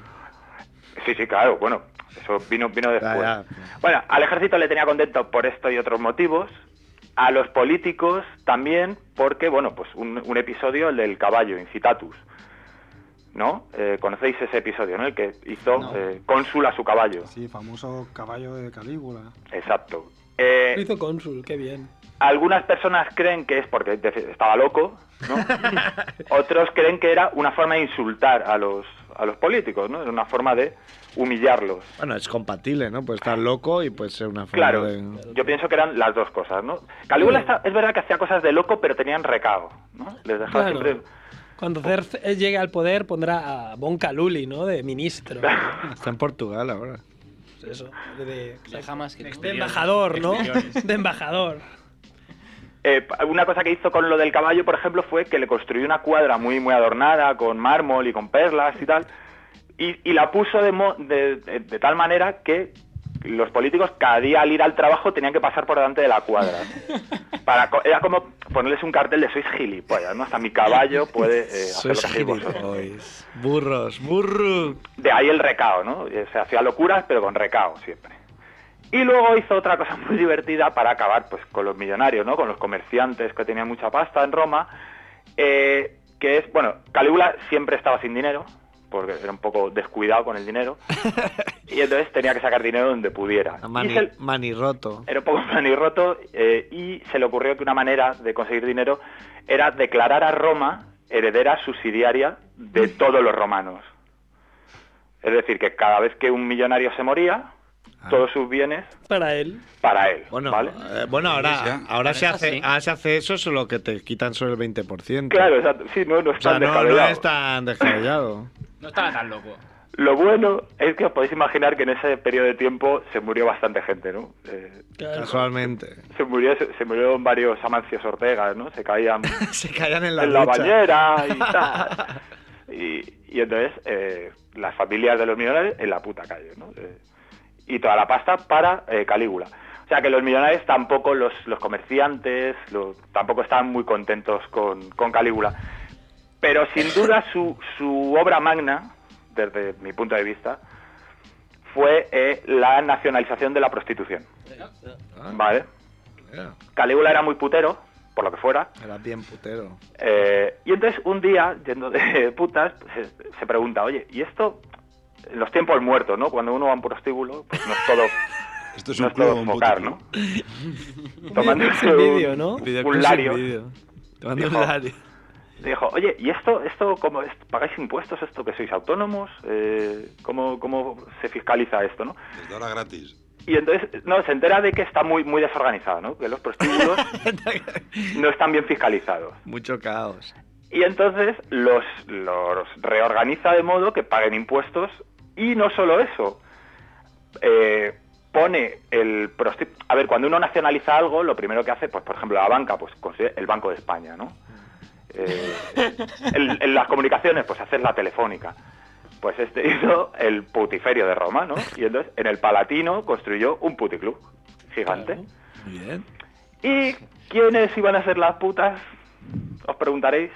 K: Sí, sí, claro, bueno, eso vino, vino después. Bueno, al ejército le tenía contento por esto y otros motivos, a los políticos también, porque, bueno, pues un, un episodio, el del caballo, Incitatus, ¿no? Eh, Conocéis ese episodio, ¿no? El que hizo eh, cónsul a su caballo,
A: Sí, famoso caballo de Calígula.
K: exacto. Eh,
B: Lo hizo cónsul, qué bien.
K: algunas personas creen que es porque de- estaba loco, ¿no? Otros creen que era una forma de insultar a los, a los políticos, ¿no? Era una forma de humillarlos.
C: Bueno, es compatible, ¿no? Puede estar loco y puede ser una forma
K: Claro,
C: de-
K: yo pienso que eran las dos cosas, ¿no? Calígula está- es verdad que hacía cosas de loco, pero tenían recao, ¿no? Les dejaba
B: Claro.
K: siempre...
B: Cuando Cerf eh, llegue al poder pondrá a Bon Caluli, ¿no? De ministro.
C: Está en Portugal ahora.
B: Pues Eso, de, de-
H: Bahamas que
B: de embajador, ¿no? De embajador.
K: Eh, una cosa que hizo con lo del caballo, por ejemplo, fue que le construyó una cuadra muy, muy adornada, con mármol y con perlas y tal, y, y la puso de, mo- de- de- de tal manera que los políticos cada día al ir al trabajo tenían que pasar por delante de la cuadra. ¿no? Para, co- era como ponerles un cartel de sois gilipollas, ¿no? Hasta mi caballo puede eh, hacer lo
C: Sois
K: que hacéis vosotros".
C: gilipollas. Burros, burro.
K: De ahí el recao, ¿no? Eh, Se hacía locuras, pero con recao siempre. Y luego hizo otra cosa muy divertida para acabar pues con los millonarios, ¿no? Con los comerciantes que tenían mucha pasta en Roma. eh, que es, bueno, Calígula siempre estaba sin dinero, porque era un poco descuidado con el dinero. y entonces tenía que sacar dinero donde pudiera. Y
C: Mani,
K: se-
C: manirroto.
K: era un poco manirroto eh, y se le ocurrió que una manera de conseguir dinero era declarar a Roma heredera subsidiaria de todos los romanos. Es decir, que cada vez que un millonario se moría, todos sus bienes
B: Para él.
K: para él.
C: Ah. Bueno,
K: ¿vale?
C: eh, bueno ahora, ahora se,
K: Ahora
C: hace,
K: sí.
C: ahora se hace eso, solo que te quitan solo el 20%.
K: Claro, exacto. Sí, no, no es
C: O sea,
K: tan
C: no, no
K: descabellado.
C: es tan descabellado.
D: No estaba tan loco.
K: Lo bueno es que os podéis imaginar que en ese periodo de tiempo se murió bastante gente, ¿no? Eh,
C: Casualmente.
K: se murió se murieron varios Amancios Ortega, ¿no? Se caían
C: Se caían en la,
K: en la
C: ducha.
K: bañera y tal. Y, y entonces eh, las familias de los millonarios en la puta calle, ¿no? Eh, y toda la pasta para eh, Calígula. O sea que los millonarios tampoco, los, los comerciantes, los- tampoco estaban muy contentos con, con Calígula. Pero sin duda su, su obra magna, desde mi punto de vista, fue eh, la nacionalización de la prostitución. ¿Vale?
C: Era-
K: Calígula era muy putero, por lo que fuera,
C: Era bien putero.
K: eh, y entonces un día, yendo de putas, pues, se pregunta, oye, ¿y esto en los tiempos muertos, no? Cuando uno va a un prostíbulo, pues no es todo...
J: Esto
K: no es todo focar, ¿no?
B: Videoclip
K: Tomándose
B: sin
K: un-
B: vídeo, ¿no?
K: un
B: Videoclip sin
K: lario.
B: vídeo.
K: Tomando un Hijo. lario. Dijo, oye, ¿y esto, esto cómo es? pagáis impuestos, esto que sois autónomos? Eh, ¿cómo, ¿Cómo se fiscaliza esto, no?
J: Desde ahora gratis.
K: Y entonces, no, se entera de que está muy, muy desorganizado, ¿no? Que los prostíbulos no están bien fiscalizados.
C: Mucho caos.
K: Y entonces los, los reorganiza de modo que paguen impuestos y no solo eso. eh, pone el prosti- A ver, cuando uno nacionaliza algo, lo primero que hace, pues por ejemplo la banca, pues consigue el Banco de España, ¿no? Eh, en, en las comunicaciones, pues haces la telefónica. Pues este hizo el putiferio de Roma, ¿no? Y entonces en el Palatino construyó un puticlub gigante.
E: Bien.
K: ¿Y quiénes iban a ser las putas? Os preguntaréis.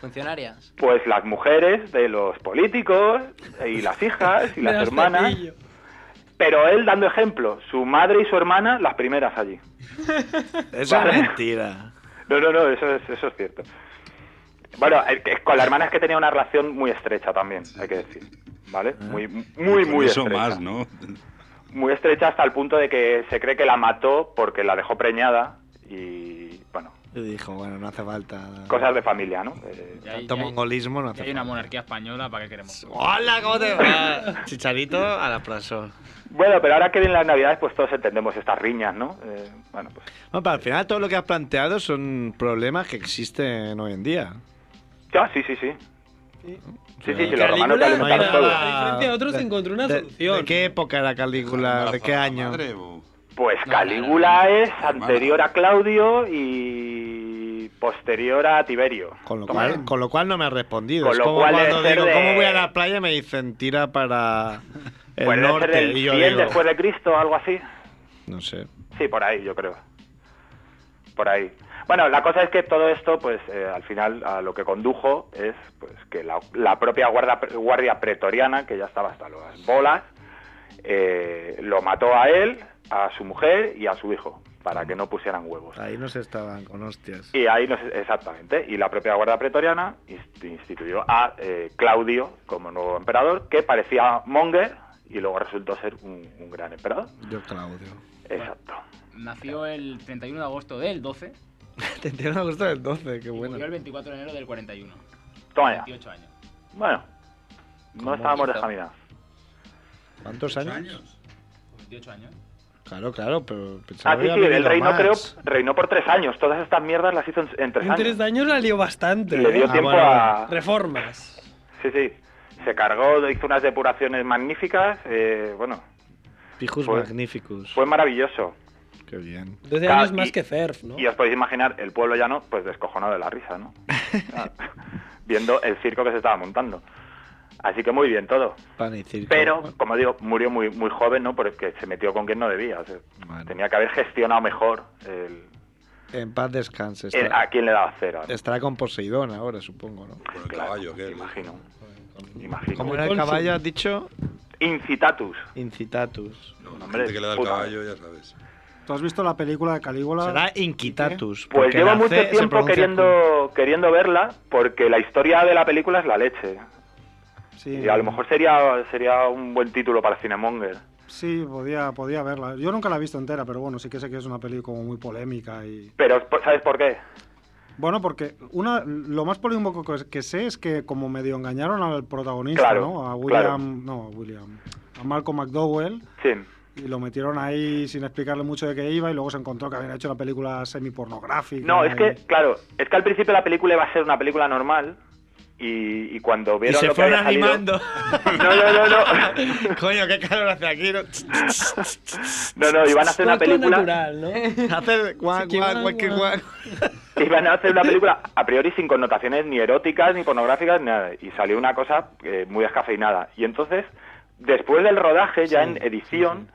H: Funcionarias.
K: Pues las mujeres de los políticos y las hijas y
H: De
K: las
H: los
K: hermanas.
H: cepillos.
K: Pero él dando ejemplo, su madre y su hermana las primeras allí.
C: Eso
K: Vale.
C: es mentira.
K: No, no, no, eso es, eso es cierto. Bueno, el que- con la hermana es que tenía una relación muy estrecha también, hay que decir. ¿Vale? Muy, muy,
J: Y con
K: muy
J: Eso
K: estrecha.
J: más, ¿no?
K: Muy estrecha hasta el punto de que se cree que la mató porque la dejó preñada y, bueno,
C: Y dijo, bueno, no hace falta.
K: Cosas de familia, ¿no? Eh,
C: Ya hay- Tanto ya hay- mongolismo no
F: Y
C: hace
F: hay
C: falta.
F: una monarquía española, ¿para qué queremos?
C: ¡Hola! ¿Cómo te va? Chicharito a la plaza.
K: Bueno, pero ahora que vienen las navidades, pues todos entendemos estas riñas, ¿no? Eh, bueno, pues
C: No, pero al final todo lo que has planteado son problemas que existen hoy en día.
K: ya, Ah, sí, sí, sí. Sí, sí,
C: O sea,
K: sí, los romanos te
C: no hay
K: alimentaron todo.
C: nada- de- de- ¿De qué época era Calígula? ¿De qué año?
K: Pues Calígula es anterior a Claudio y posterior a Tiberio.
C: Con lo,
K: Toma
C: cual, con lo cual no me ha respondido.
K: Con
C: es
K: lo
C: como
K: cual
C: cuando
K: debe ser
C: digo,
K: de-
C: ¿cómo voy a la playa? Me dicen, tira para el
K: Puede
C: norte.
K: ser del
C: y yo
K: 100
C: digo,
K: después de Cristo o algo así.
C: no sé.
K: Sí, por ahí, yo creo. Por ahí. Bueno, la cosa es que todo esto, pues eh, al final a lo que condujo es pues que la, la propia guarda- guardia pretoriana, que ya estaba hasta las bolas, eh, lo mató a él, a su mujer y a su hijo, para que no pusieran huevos.
C: Ahí no se estaban con hostias.
K: Y ahí no sé- exactamente. Y la propia Guardia Pretoriana inst- instituyó a eh, Claudio como nuevo emperador, que parecía Monger y luego resultó ser un, un gran emperador.
C: Yo, Claudio.
K: Exacto.
F: Nació el 31 de agosto del 12
C: Te entiendo a gusto del 12, qué
F: y
C: bueno.
F: murió el 24 de enero del 41.
K: Toma ya.
F: 28 años.
K: Bueno, no
C: Como
K: estábamos
C: bonito.
K: dejaminados.
C: ¿Cuántos años?
F: 28 años.
C: Claro, claro, pero
K: Ah,
C: pensaba
K: sí,
C: que
K: sí,
C: había
K: el
C: habido
K: reinó,
C: más.
K: creo, reinó por tres años. Todas estas mierdas las hizo en, en tres
B: En
K: años.
B: tres años la lió bastante.
K: Le dio
C: Ah,
B: ¿eh?
K: tiempo a-
B: Reformas.
K: Sí, sí. Se cargó, hizo unas depuraciones magníficas. eh, bueno,
C: Pijus
K: Fue-
C: Magnificus.
K: fue maravilloso.
C: Qué bien.
B: 12
K: Claro,
B: años más
K: y-
B: que Ferf, ¿no?
K: Y os podéis imaginar el pueblo llano, pues descojonado de la risa, ¿no? Claro. Viendo el circo que se estaba montando. Así que muy bien todo.
C: Pan y circo.
K: Pero, como digo, murió muy muy joven, ¿no? Porque se metió con quien no debía. o sea,
C: Bueno.
K: Tenía que haber gestionado mejor el,
C: En paz descanse.
K: el-
C: Estará,
K: a quién le daba cero. ¿no?
C: estará con Poseidón ahora, supongo, ¿no?
J: Por el caballo, aquel.
K: Imagino. Imagino.
C: Como era el caballo, has dicho
K: Incitatus.
C: incitatus.
J: No, la
K: Hombre,
J: gente que le da el
K: puta.
J: caballo, ya sabes.
A: ¿Tú has visto la película de Calígula?
C: Será inquitatus.
K: Pues
C: porque
K: llevo
C: la
K: mucho
C: C se
K: tiempo
C: pronuncia
K: queriendo, queriendo verla porque la historia de la película es la leche.
A: Sí,
K: Y a lo mejor sería, sería un buen título para Cinemonger.
A: sí podía, podía verla. Yo nunca la he visto entera, pero bueno, sí que sé que es una película como muy polémica y...
K: Pero, ¿sabes por qué?
A: Bueno, porque una, lo más polémico que- que sé es que como medio engañaron al protagonista,
K: Claro,
A: ¿no? A
K: claro.
A: William, no, a William, a Malcolm McDowell,
K: Sí.
A: y lo metieron ahí sin explicarle mucho de qué iba y luego se encontró que habían hecho una película semipornográfica.
K: No, es
A: y-
K: que, claro, es que al principio la película iba a ser una película normal y, y cuando
C: Y
K: vieron
C: se
K: lo que
C: fueron
K: había salido-
C: animando.
K: No, no, no, no.
C: Coño, qué calor hace aquí. ¿no?
K: No, no, iban a hacer una
B: Poco
K: película.
B: natural, ¿no?
C: Hacer guac,
B: que
C: guac,
B: guac,
C: guac, que
B: guac.
C: guac.
K: Iban a hacer una película a priori sin connotaciones ni eróticas, ni pornográficas, ni nada. Y salió una cosa eh, muy descafeinada. Y entonces, después del rodaje, ya en edición,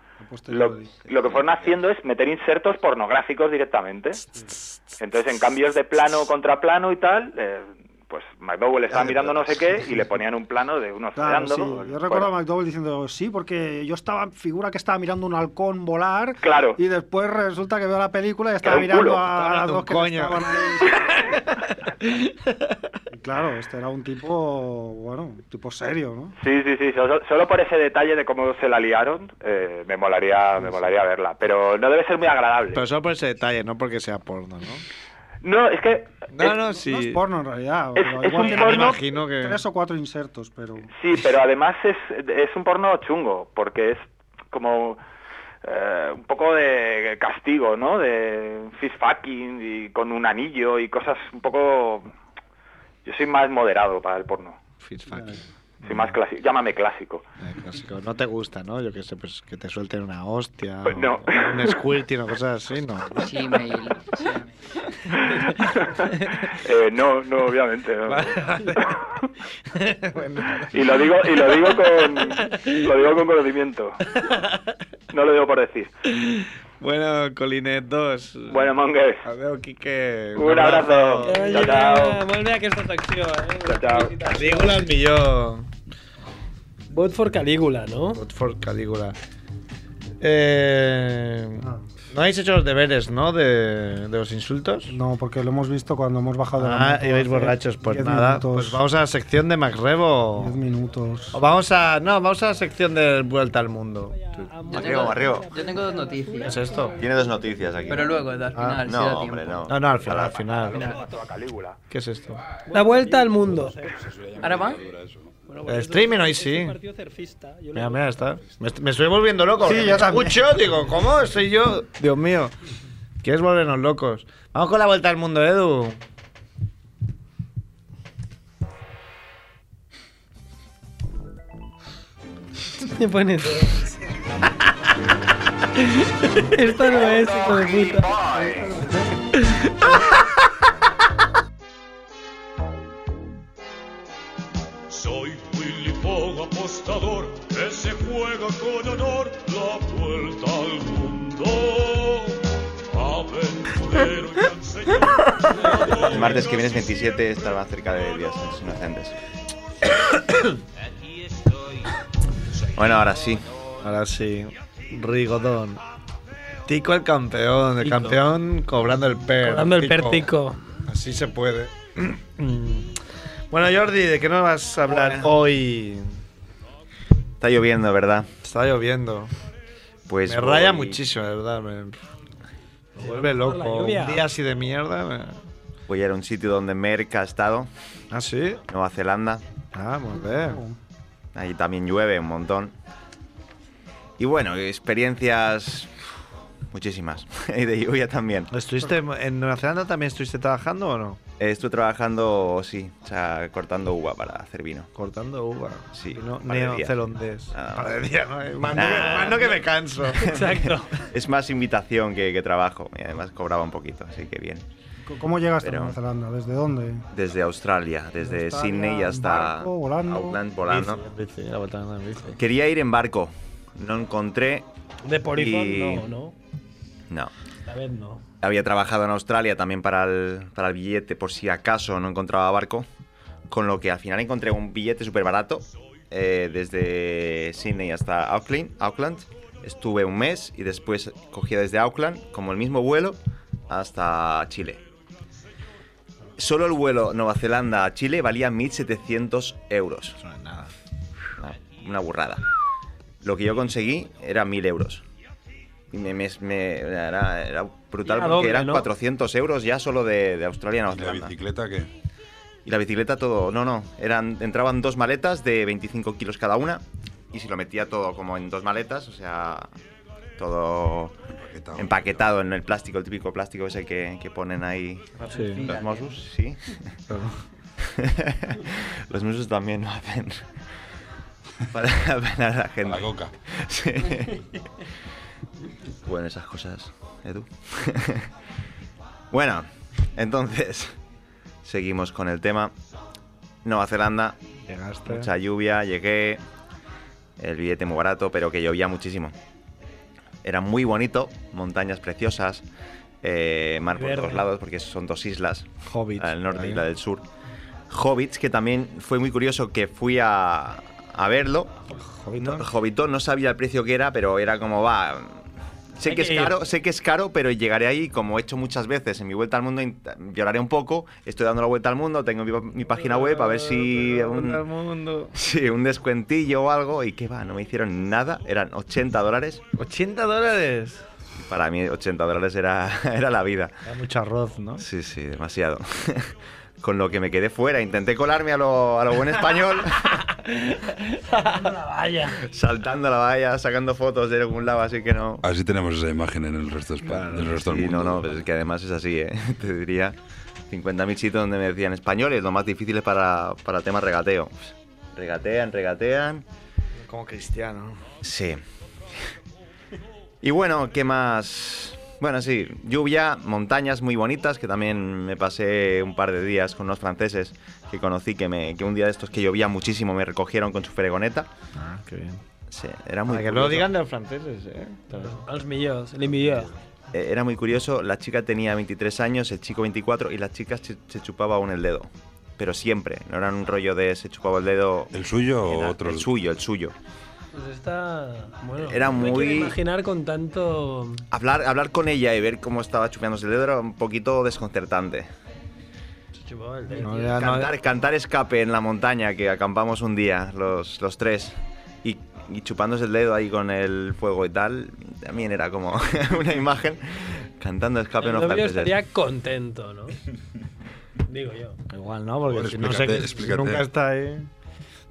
K: lo, lo que fueron haciendo es meter insertos pornográficos directamente. Entonces, en cambios de plano contra plano y tal, eh, pues McDowell estaba mirando no sé qué y le ponían un plano de unos
A: Claro,
K: mirando.
A: sí.
K: bueno,
A: Yo recuerdo a McDowell diciendo, sí, porque yo estaba, figura que estaba mirando un halcón volar.
K: Claro.
A: Y después resulta que veo la película y estaba
K: Era un
A: mirando
K: culo.
A: a,
C: Estaba
A: las
C: hablando
A: dos
C: un
A: que
C: coño.
A: estaban ahí. Y claro, este era un tipo, bueno, un tipo serio, ¿no?
K: Sí, sí, sí. Solo, solo por ese detalle de cómo se la liaron, eh, me molaría, me molaría verla. Pero no debe ser muy agradable.
C: Pero solo por ese detalle, no porque sea porno, ¿no?
K: No, es que
C: No, no, sí.
A: No es porno en realidad.
K: Es-
A: pero
K: es
A: igual
K: un
A: tiene
C: Me
K: porno-
C: imagino que.
A: tres o cuatro insertos, pero...
K: sí, pero además es, es un porno chungo, porque es como eh, un poco de castigo, ¿no? De fist fucking y con un anillo y cosas un poco. Yo soy más moderado para el porno.
C: Fitzfucking.
K: Soy más clásico. Llámame clásico.
C: Eh, clásico. No te gusta, ¿no? Yo que sé, pues que te suelten una hostia.
K: Pues
C: o
K: no.
C: Un squirting o cosas así, ¿no?
H: Gmail.
K: Eh, no, no, obviamente. no.
C: Bueno.
K: Y lo digo, y lo digo con lo digo con conocimiento. No lo digo por decir.
C: Bueno, Colinet 2.
K: Bueno, Mongues,
C: Adiós, Quique.
K: Un abrazo.
B: Oye,
K: Chao, chao.
B: Vuelve a que esta sección, ¿eh?
K: Chao, chao.
C: Calígula al millón.
B: Vote for Calígula, ¿no?
C: Por Calígula. Eh,
A: Ah.
C: ¿No habéis hecho los deberes, no? De, de los insultos.
A: No, porque lo hemos visto cuando hemos bajado de la
C: Ah,
A: moto
C: ibais
A: hace
C: borrachos, pues
A: 10
C: nada.
A: minutos.
C: Pues vamos a la sección de Macrebo.
A: 10 minutos.
C: O vamos a. No, vamos a la sección de Vuelta al Mundo.
I: Marreo, marreo.
H: Yo tengo dos noticias.
C: ¿Es esto?
I: Tiene dos noticias aquí.
H: Pero luego, al final,
C: Ah,
H: si da
I: no,
H: tiempo.
I: hombre, no.
C: No, no, al final, al final.
I: Calígula.
C: ¿Qué es esto?
B: La vuelta al mundo.
H: ¿Ahora va?
C: El streaming hoy sí.
B: surfista.
C: Mira, mira, está. Me, est- me estoy volviendo loco.
A: Sí,
C: porque
A: yo
C: me
A: también.
C: escucho, digo, ¿cómo soy yo? Dios mío. ¿Quieres volvernos locos? Vamos con la vuelta al mundo, Edu.
B: Me pone todo. Esto no es, hijo de puta.
L: Soy Willy Pong, apostador, que se juega con honor la vuelta al mundo. Aventurero y enseñador.
I: El martes que viene es 27, estará cerca de días inocentes. Bueno, ahora sí.
C: Ahora sí. Rigodón. Tico el campeón. El campeón cobrando el per.
B: Dando el pertico.
C: Así se puede. Bueno, Jordi, ¿de qué nos vas a hablar hoy?
I: Está lloviendo, ¿verdad?
C: Está lloviendo.
I: Pues
C: me raya
I: voy-
C: muchísimo, de verdad. Me, me vuelve loco. Un
B: lluvia.
C: día así de mierda. me-
I: Voy a ir a un sitio donde Merck ha estado.
C: ¿Ah, sí?
I: Nueva Zelanda.
C: Ah, muy bien.
I: Ahí también llueve un montón. Y bueno, experiencias muchísimas. y de lluvia también.
C: ¿Estuviste en Nueva Zelanda también estuviste trabajando o no?
I: Estuve trabajando, sí, o sea, cortando uva para hacer vino.
C: Cortando uva.
I: Sí.
C: No,
I: par de días.
C: neozelandés.
I: Nada más.
C: Madre mía, no, eh, Más no-
I: Nah.
C: más no que me canso.
B: Exacto.
I: Es más invitación que, que trabajo. Y además cobraba un poquito, así que bien.
A: ¿Cómo llegaste
I: Pero-
A: a Nueva Zelanda? ¿Desde dónde?
I: Desde Australia, desde
A: Australia,
I: Sydney hasta
A: barco, volando.
I: Auckland volando.
C: Bici, la vuelta en bici.
I: Quería ir en barco, no encontré.
B: De Polifón,
I: y-
B: no, no.
I: No.
B: Esta vez no.
I: Había trabajado en Australia también para el, para el billete, por si acaso no encontraba barco. Con lo que al final encontré un billete súper barato eh, desde Sydney hasta Auckland, Auckland. Estuve un mes y después cogí desde Auckland, como el mismo vuelo, hasta Chile. Solo el vuelo Nueva Zelanda a Chile valía 1.700 euros.
C: No es nada.
I: Una, una burrada. Lo que yo conseguí era 1.000 euros. Y me, me- me- era, era brutal
B: Ya
I: porque
B: doble,
I: eran
B: ¿no?
I: 400 euros ya solo de, de Australia a Nueva
J: ¿Y la
I: Zelanda.
J: bicicleta qué?
I: Y la bicicleta todo, no, no, eran, entraban dos maletas de 25 kilos cada una y si lo metía todo como en dos maletas, o sea, todo empaquetado, en el plástico, el típico plástico ese que, que ponen ahí
C: Sí.
I: los Mossos, sí. los Mossos también lo hacen para apelar a la gente.
J: la coca.
I: Sí. Bueno, esas cosas, Edu. bueno, entonces, seguimos con el tema. Nueva Zelanda,
C: Llegaste.
I: mucha lluvia, llegué. El billete muy barato, pero que llovía muchísimo. Era muy bonito, montañas preciosas, eh, mar por
C: Verde.
I: todos lados, porque son dos islas,
C: Hobbits.
I: la del norte
C: ahí.
I: y la del sur. Hobbits, que también fue muy curioso que fui a, a verlo.
C: Hobbiton.
I: No, Hobbiton, no sabía el precio que era, pero era como va. Sé
B: Hay
I: que,
B: que
I: es
B: ir.
I: caro, sé que es caro, pero llegaré ahí, como he hecho muchas veces en mi vuelta al mundo, int- lloraré un poco. Estoy dando la vuelta al mundo, tengo mi, mi página web, a ver si
C: Todo el
I: un,
C: mundo.
I: sí, un descuentillo o algo. Y qué va, no me hicieron nada, eran 80 dólares.
C: 80 dólares.
I: Para mí 80 dólares era, era la vida.
C: Era mucho arroz, ¿no?
I: Sí, sí, demasiado. Con lo que me quedé fuera, intenté colarme a lo, a lo buen español.
B: Vaya.
I: saltando la valla, sacando fotos de algún lado, así que no.
J: Así tenemos esa imagen en el resto, de España, del resto
I: Sí,
J: del
I: no,
J: mundo.
I: no, pero es que además es así, ¿eh? te diría. 50.000 sitios donde me decían españoles, lo más difícil es para, para temas regateo. Regatean, regatean.
C: Como cristiano.
I: Sí. Y bueno, ¿qué más? Bueno, sí, lluvia, montañas muy bonitas, que también me pasé un par de días con unos franceses que conocí, que, me, que un día de estos que llovía muchísimo me recogieron con su fregoneta.
C: Ah, qué bien.
I: Sí, era muy
C: Para que no lo
I: curioso.
C: digan de los franceses, ¿eh?
B: Los millos, los millos.
I: Eh, Era muy curioso, la chica tenía 23 años, el chico 24 y la chica se, se chupaba aún el dedo. Pero siempre, no era un rollo de se chupaba el dedo.
J: ¿El suyo o
I: Era
J: otro?
I: El suyo, el suyo.
B: Pues está. Bueno,
I: Era
B: me
I: muy-
B: quiero imaginar con tanto.
I: Hablar, hablar con ella y ver cómo estaba chupándose el dedo era un poquito desconcertante. Cantar, cantar escape en la montaña que acampamos un día, los, los tres, y, y chupándose el dedo ahí con el fuego y tal, también era como una imagen. Cantando escape
B: El
I: en los
B: novio
I: Alpes.
B: estaría contento, ¿no? Digo yo.
C: Igual no, porque
I: Joder,
C: si no sé
I: explícate,
C: que- si
I: explícate.
C: nunca está ahí.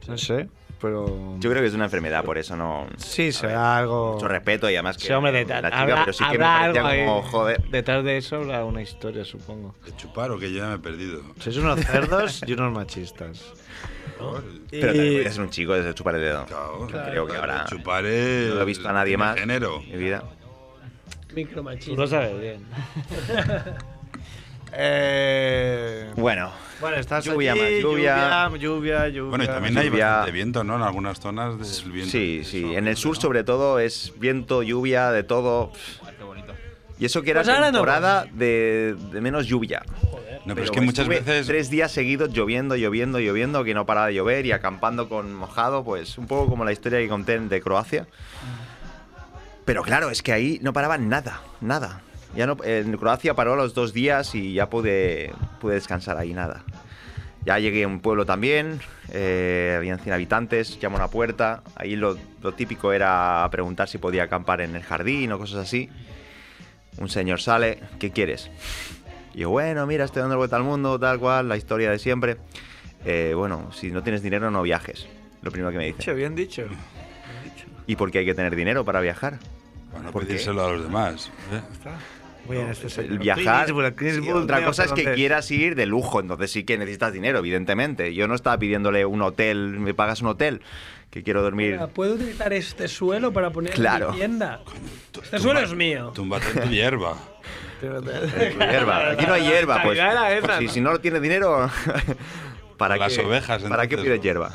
C: No sé, pero.
I: Yo creo que es una enfermedad, por eso no.
C: Sí, será algo.
I: Mucho respeto y además que.
C: Sí, hombre,
I: la
C: detrás.
I: chica,
C: habrá
I: pero sí que me
C: habrá
I: parecía
C: algo ahí.
I: como, joder.
C: Detrás de eso habrá una historia, supongo.
J: ¿De chupar o que yo ya me he perdido?
C: Sois unos cerdos y unos machistas.
I: Pero también es un chico desde chupar el dedo. Creo que ahora.
J: Chupar es.
I: No lo he visto a nadie
J: primer
I: más.
J: género.
I: en Mi vida.
B: Micromachismo.
C: Tú lo sabes bien. Eh...
I: Bueno.
C: Bueno, estás
I: Lluvia
C: allí,
I: más, lluvia.
C: lluvia, lluvia, lluvia.
J: Bueno, y también hay
I: Lluvia.
J: bastante viento, ¿no? En algunas zonas del viento.
I: Sí, sí. En el sur, sobre todo, es viento, lluvia, de todo.
D: Ah, Qué bonito.
I: Y eso que era
D: Pues ahora no.
I: temporada de, de menos lluvia.
J: No, pero es que muchas
I: estuve
J: veces-
I: Tres días seguidos lloviendo, lloviendo, lloviendo, que no paraba de llover y acampando con mojado, pues un poco como la historia que conté de Croacia. Pero claro, es que ahí no paraba nada, nada. Ya no, en Croacia paró a los dos días y ya pude, pude descansar ahí, nada. Ya llegué a un pueblo también, eh, habían 100 habitantes, llamó a una puerta. Ahí lo, lo típico era preguntar si podía acampar en el jardín o cosas así. Un señor sale, ¿qué quieres? Y yo, bueno, mira, estoy dando vuelta al mundo, tal cual, la historia de siempre. Eh, bueno, si no tienes dinero no viajes, lo primero que me dice.
C: Dicho, bien dicho.
I: ¿Y por qué hay que tener dinero para viajar?
J: Bueno,
I: ¿Por qué?
J: pedírselo a los demás. ¿eh?
C: Bien, este señor.
I: El viajar.
C: Clint Eastwood, Clint
I: y
C: Eastwood,
I: otra
C: tío,
I: cosa es que
C: entonces.
I: quieras ir de lujo, entonces sí que necesitas dinero, evidentemente. Yo no estaba pidiéndole un hotel, me pagas un hotel, que quiero dormir.
B: Mira, ¿Puedo utilizar este suelo para poner
I: Claro.
B: mi tienda? Este suelo es mío.
J: Túmbate en tu hierba.
I: Tu hierba. Aquí no hay hierba, pues.
B: Calidad era esa,
I: pues si,
B: ¿no?
I: si no tienes dinero, ¿para
J: Las
I: qué-
J: ovejas,
I: ¿Para qué pides
J: entonces, ¿no?
I: hierba?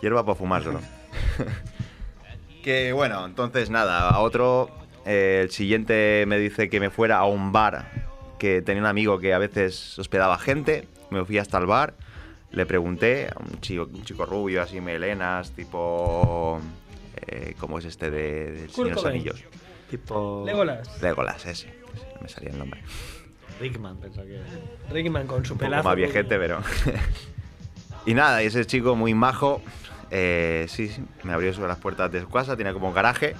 I: Hierba para fumárselo. que bueno, entonces nada, a otro, eh, el siguiente me dice que me fuera a un bar, que tenía un amigo que a veces hospedaba gente, me fui hasta el bar, le pregunté a un chico, un chico rubio, así melenas, tipo... eh, ¿Cómo es este de, del
B: Kurt
I: Señor de los
B: Cobain.
I: Anillos?
C: Tipo.
B: Legolas.
I: Legolas, ese. ese, No me salía el nombre.
C: Rickman, pensaba que.
B: Rickman con su
I: Un poco
B: pelazo. pues,
I: más viejete, pero. y nada, y ese chico muy majo. eh, sí, sí, me abrió sobre las puertas de su casa, tenía como un garaje.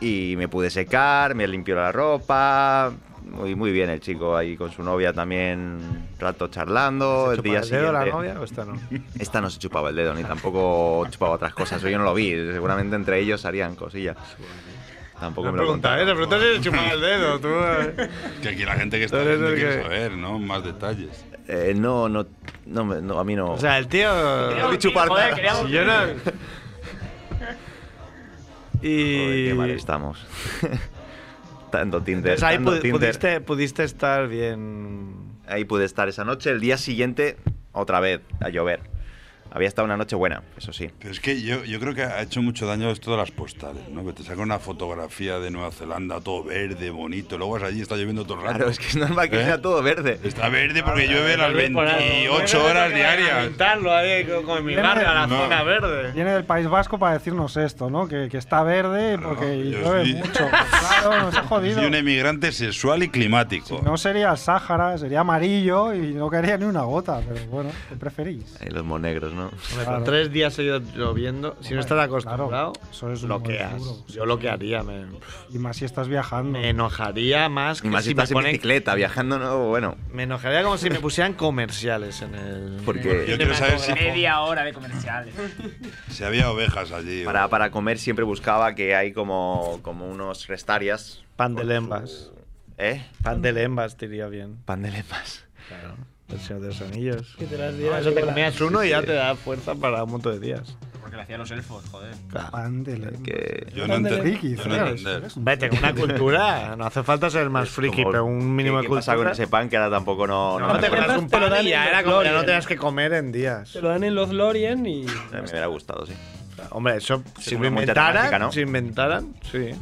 I: Y me pude secar, me limpió la ropa. Muy, muy bien el chico ahí con su novia también, un rato charlando. El día
C: ¿Para el dedo la
I: siguiente-
C: novia o esta no?
I: Esta no se chupaba el dedo, ni tampoco chupaba otras cosas. Yo no lo vi, seguramente entre ellos harían cosillas. Tampoco me lo contaron.
C: ¿eh? La pregunta es si chupaba el dedo, tú. eh.
J: Que aquí la gente que está
C: Entonces,
J: viendo
C: es
J: quiere
C: que-
J: saber, ¿no? Más detalles.
I: Eh, no, no, no, me- no, a mí no.
C: O sea, el tío.
I: No vi chupar
C: Joder,
I: nada.
C: queríamos- Si yo no-
I: Joder,
C: Y.
I: qué mal estamos. tanto Tinder.
C: Entonces ahí
I: tanto
C: pu-
I: Tinder.
C: pudiste, pudiste estar bien.
I: Ahí pude estar esa noche. El día siguiente, otra vez, a llover. Había estado una noche buena, eso sí.
J: Pero es que yo, yo creo que ha hecho mucho daño esto de las postales, ¿no? Que te sacan una fotografía de Nueva Zelanda, todo verde, bonito, luego vas allí y está lloviendo todo el rato.
I: Claro, es que es normal que
J: ¿Eh?
I: sea todo verde.
J: Está verde
A: Ah,
J: porque llueve las 28 horas diarias.
C: Pintarlo ahí con, con mi
A: Llena de-
C: barba, la
J: No.
C: zona verde.
A: Viene del País Vasco para decirnos esto, ¿no? Que, que está verde porque llueve
J: sí.
A: mucho. Claro, nos ha jodido.
J: Soy un emigrante sexual y climático.
A: No sería el Sáhara, sería amarillo y no caería ni una gota, pero bueno, ¿qué preferís?
I: Ahí los monegros, Pues ¿no?
C: Hombre,
A: Claro.
C: con tres días seguidos lloviendo, si no estás acostumbrado,
A: eso es un
C: lo
A: buen
C: que has.
A: seguro.
C: Yo lo que haría, me,
A: Y más si estás viajando.
C: me enojaría más que
I: Y más si
C: si me
I: estás en
C: ponen.
I: bicicleta, viajando, no, bueno.
C: Me enojaría como si me pusieran comerciales en el.
I: Porque- Yo
F: Pues,
J: quiero saber si-
F: Media hora de comerciales.
J: Si había ovejas allí. o-
I: Para, para comer siempre buscaba que hay como, como unos restarias,
C: Pan de lembas.
I: ¿eh?
C: Pan de lembas, te iría bien.
I: Pan de lemas.
C: Claro. El Señor de los Anillos.
B: Que te las
C: Ah,
B: diera
C: eso te
B: Legolas.
C: comías uno y ya te da fuerza para un montón de días.
F: Porque lo hacían los elfos, joder.
A: Pan de lema.
I: Que
J: Yo no,
A: Pan de
J: ente-
A: friki,
J: yo no
A: claro,
J: entender.
A: es-
C: Vete, con una cultura. No hace falta ser el más friki,
I: como-
C: pero un mínimo
I: ¿qué,
C: de
I: qué pasa con
C: cultura.
I: ese pan que ahora tampoco no...
C: No, te
I: me,
C: pones un
B: te lo
C: pan
B: dan
C: y
B: en
C: ya, era
B: los
C: como ya no
B: Lorien.
C: tenías que comer en días.
B: Te lo dan en los Lorien y.
I: me hubiera gustado, sí.
C: Hombre, eso si lo
I: una montaña mágica,
C: inventaran,
I: ¿no?
C: si inventaran, sí.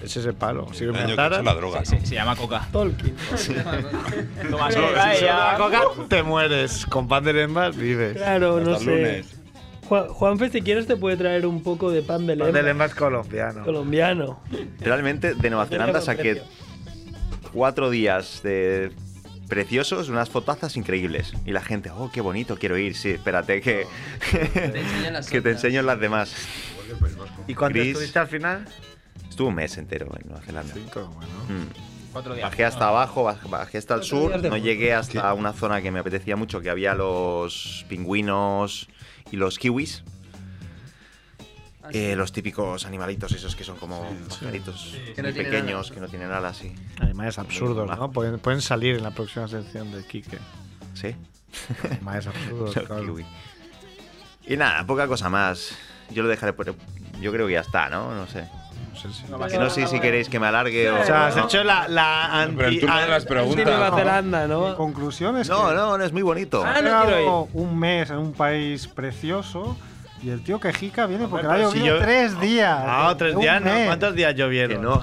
C: Es ese palo. Si lo
J: El daño que ha hecho la
C: inventaran,
J: droga.
F: Se, se llama coca.
B: Tolkien.
F: Toma
C: si
F: coca y
C: solo
F: ya.
C: la coca, te mueres. Con pan de lembas vives.
B: Claro, no
J: Hasta el
B: sé.
J: lunes.
B: Juan, Juanfe, si quieres, te puede traer un poco de pan de lema.
C: Del más colombiano.
B: Colombiano.
I: Realmente de Nueva Zelanda
B: con
I: saqué cuatro días de preciosos, unas fotazas increíbles. Y la gente, oh, qué bonito, quiero ir. Sí, espérate que, que te enseño las demás.
C: pues, ¿Y cuánto
I: Gris.
C: estuviste al final?
I: Estuve un mes entero en Nueva Zelanda. Mm.
C: Cuatro días.
I: Bajé hasta abajo, baj- bajé hasta el
C: Cuatro
I: sur,
C: días de
I: no
C: foto.
I: llegué hasta una zona que me apetecía mucho, que había los pingüinos y los kiwis. Eh, los típicos animalitos esos que son como pajaritos
H: Que no
I: muy
H: tienen
I: pequeños, que no tienen alas, sí.
C: Además es absurdo, ¿no? Pueden, pueden salir en la próxima sección de Quique.
I: Sí.
C: Además es absurdo,
I: Los
C: claro.
I: kiwi. Y nada, poca cosa más. Yo lo dejaré por... Yo creo que ya está, ¿no? No sé. Que no sé si queréis que me alargue o...
C: O sea, has
I: no.
C: hecho la, la anti...
I: Pero el turno de
C: an-
I: las preguntas.
C: anti-
A: Nueva
B: Zelanda, ¿no?
A: Conclusiones.
I: No, no, no, es muy bonito.
A: Ha quedado un mes en un país precioso y el tío Quejica viene porque le ha
C: pero
A: llovido
C: si yo-
A: tres días.
C: Ah, tres
A: Un
C: días, ¿no?
A: mes.
C: ¿Cuántos días llovieron?
I: no.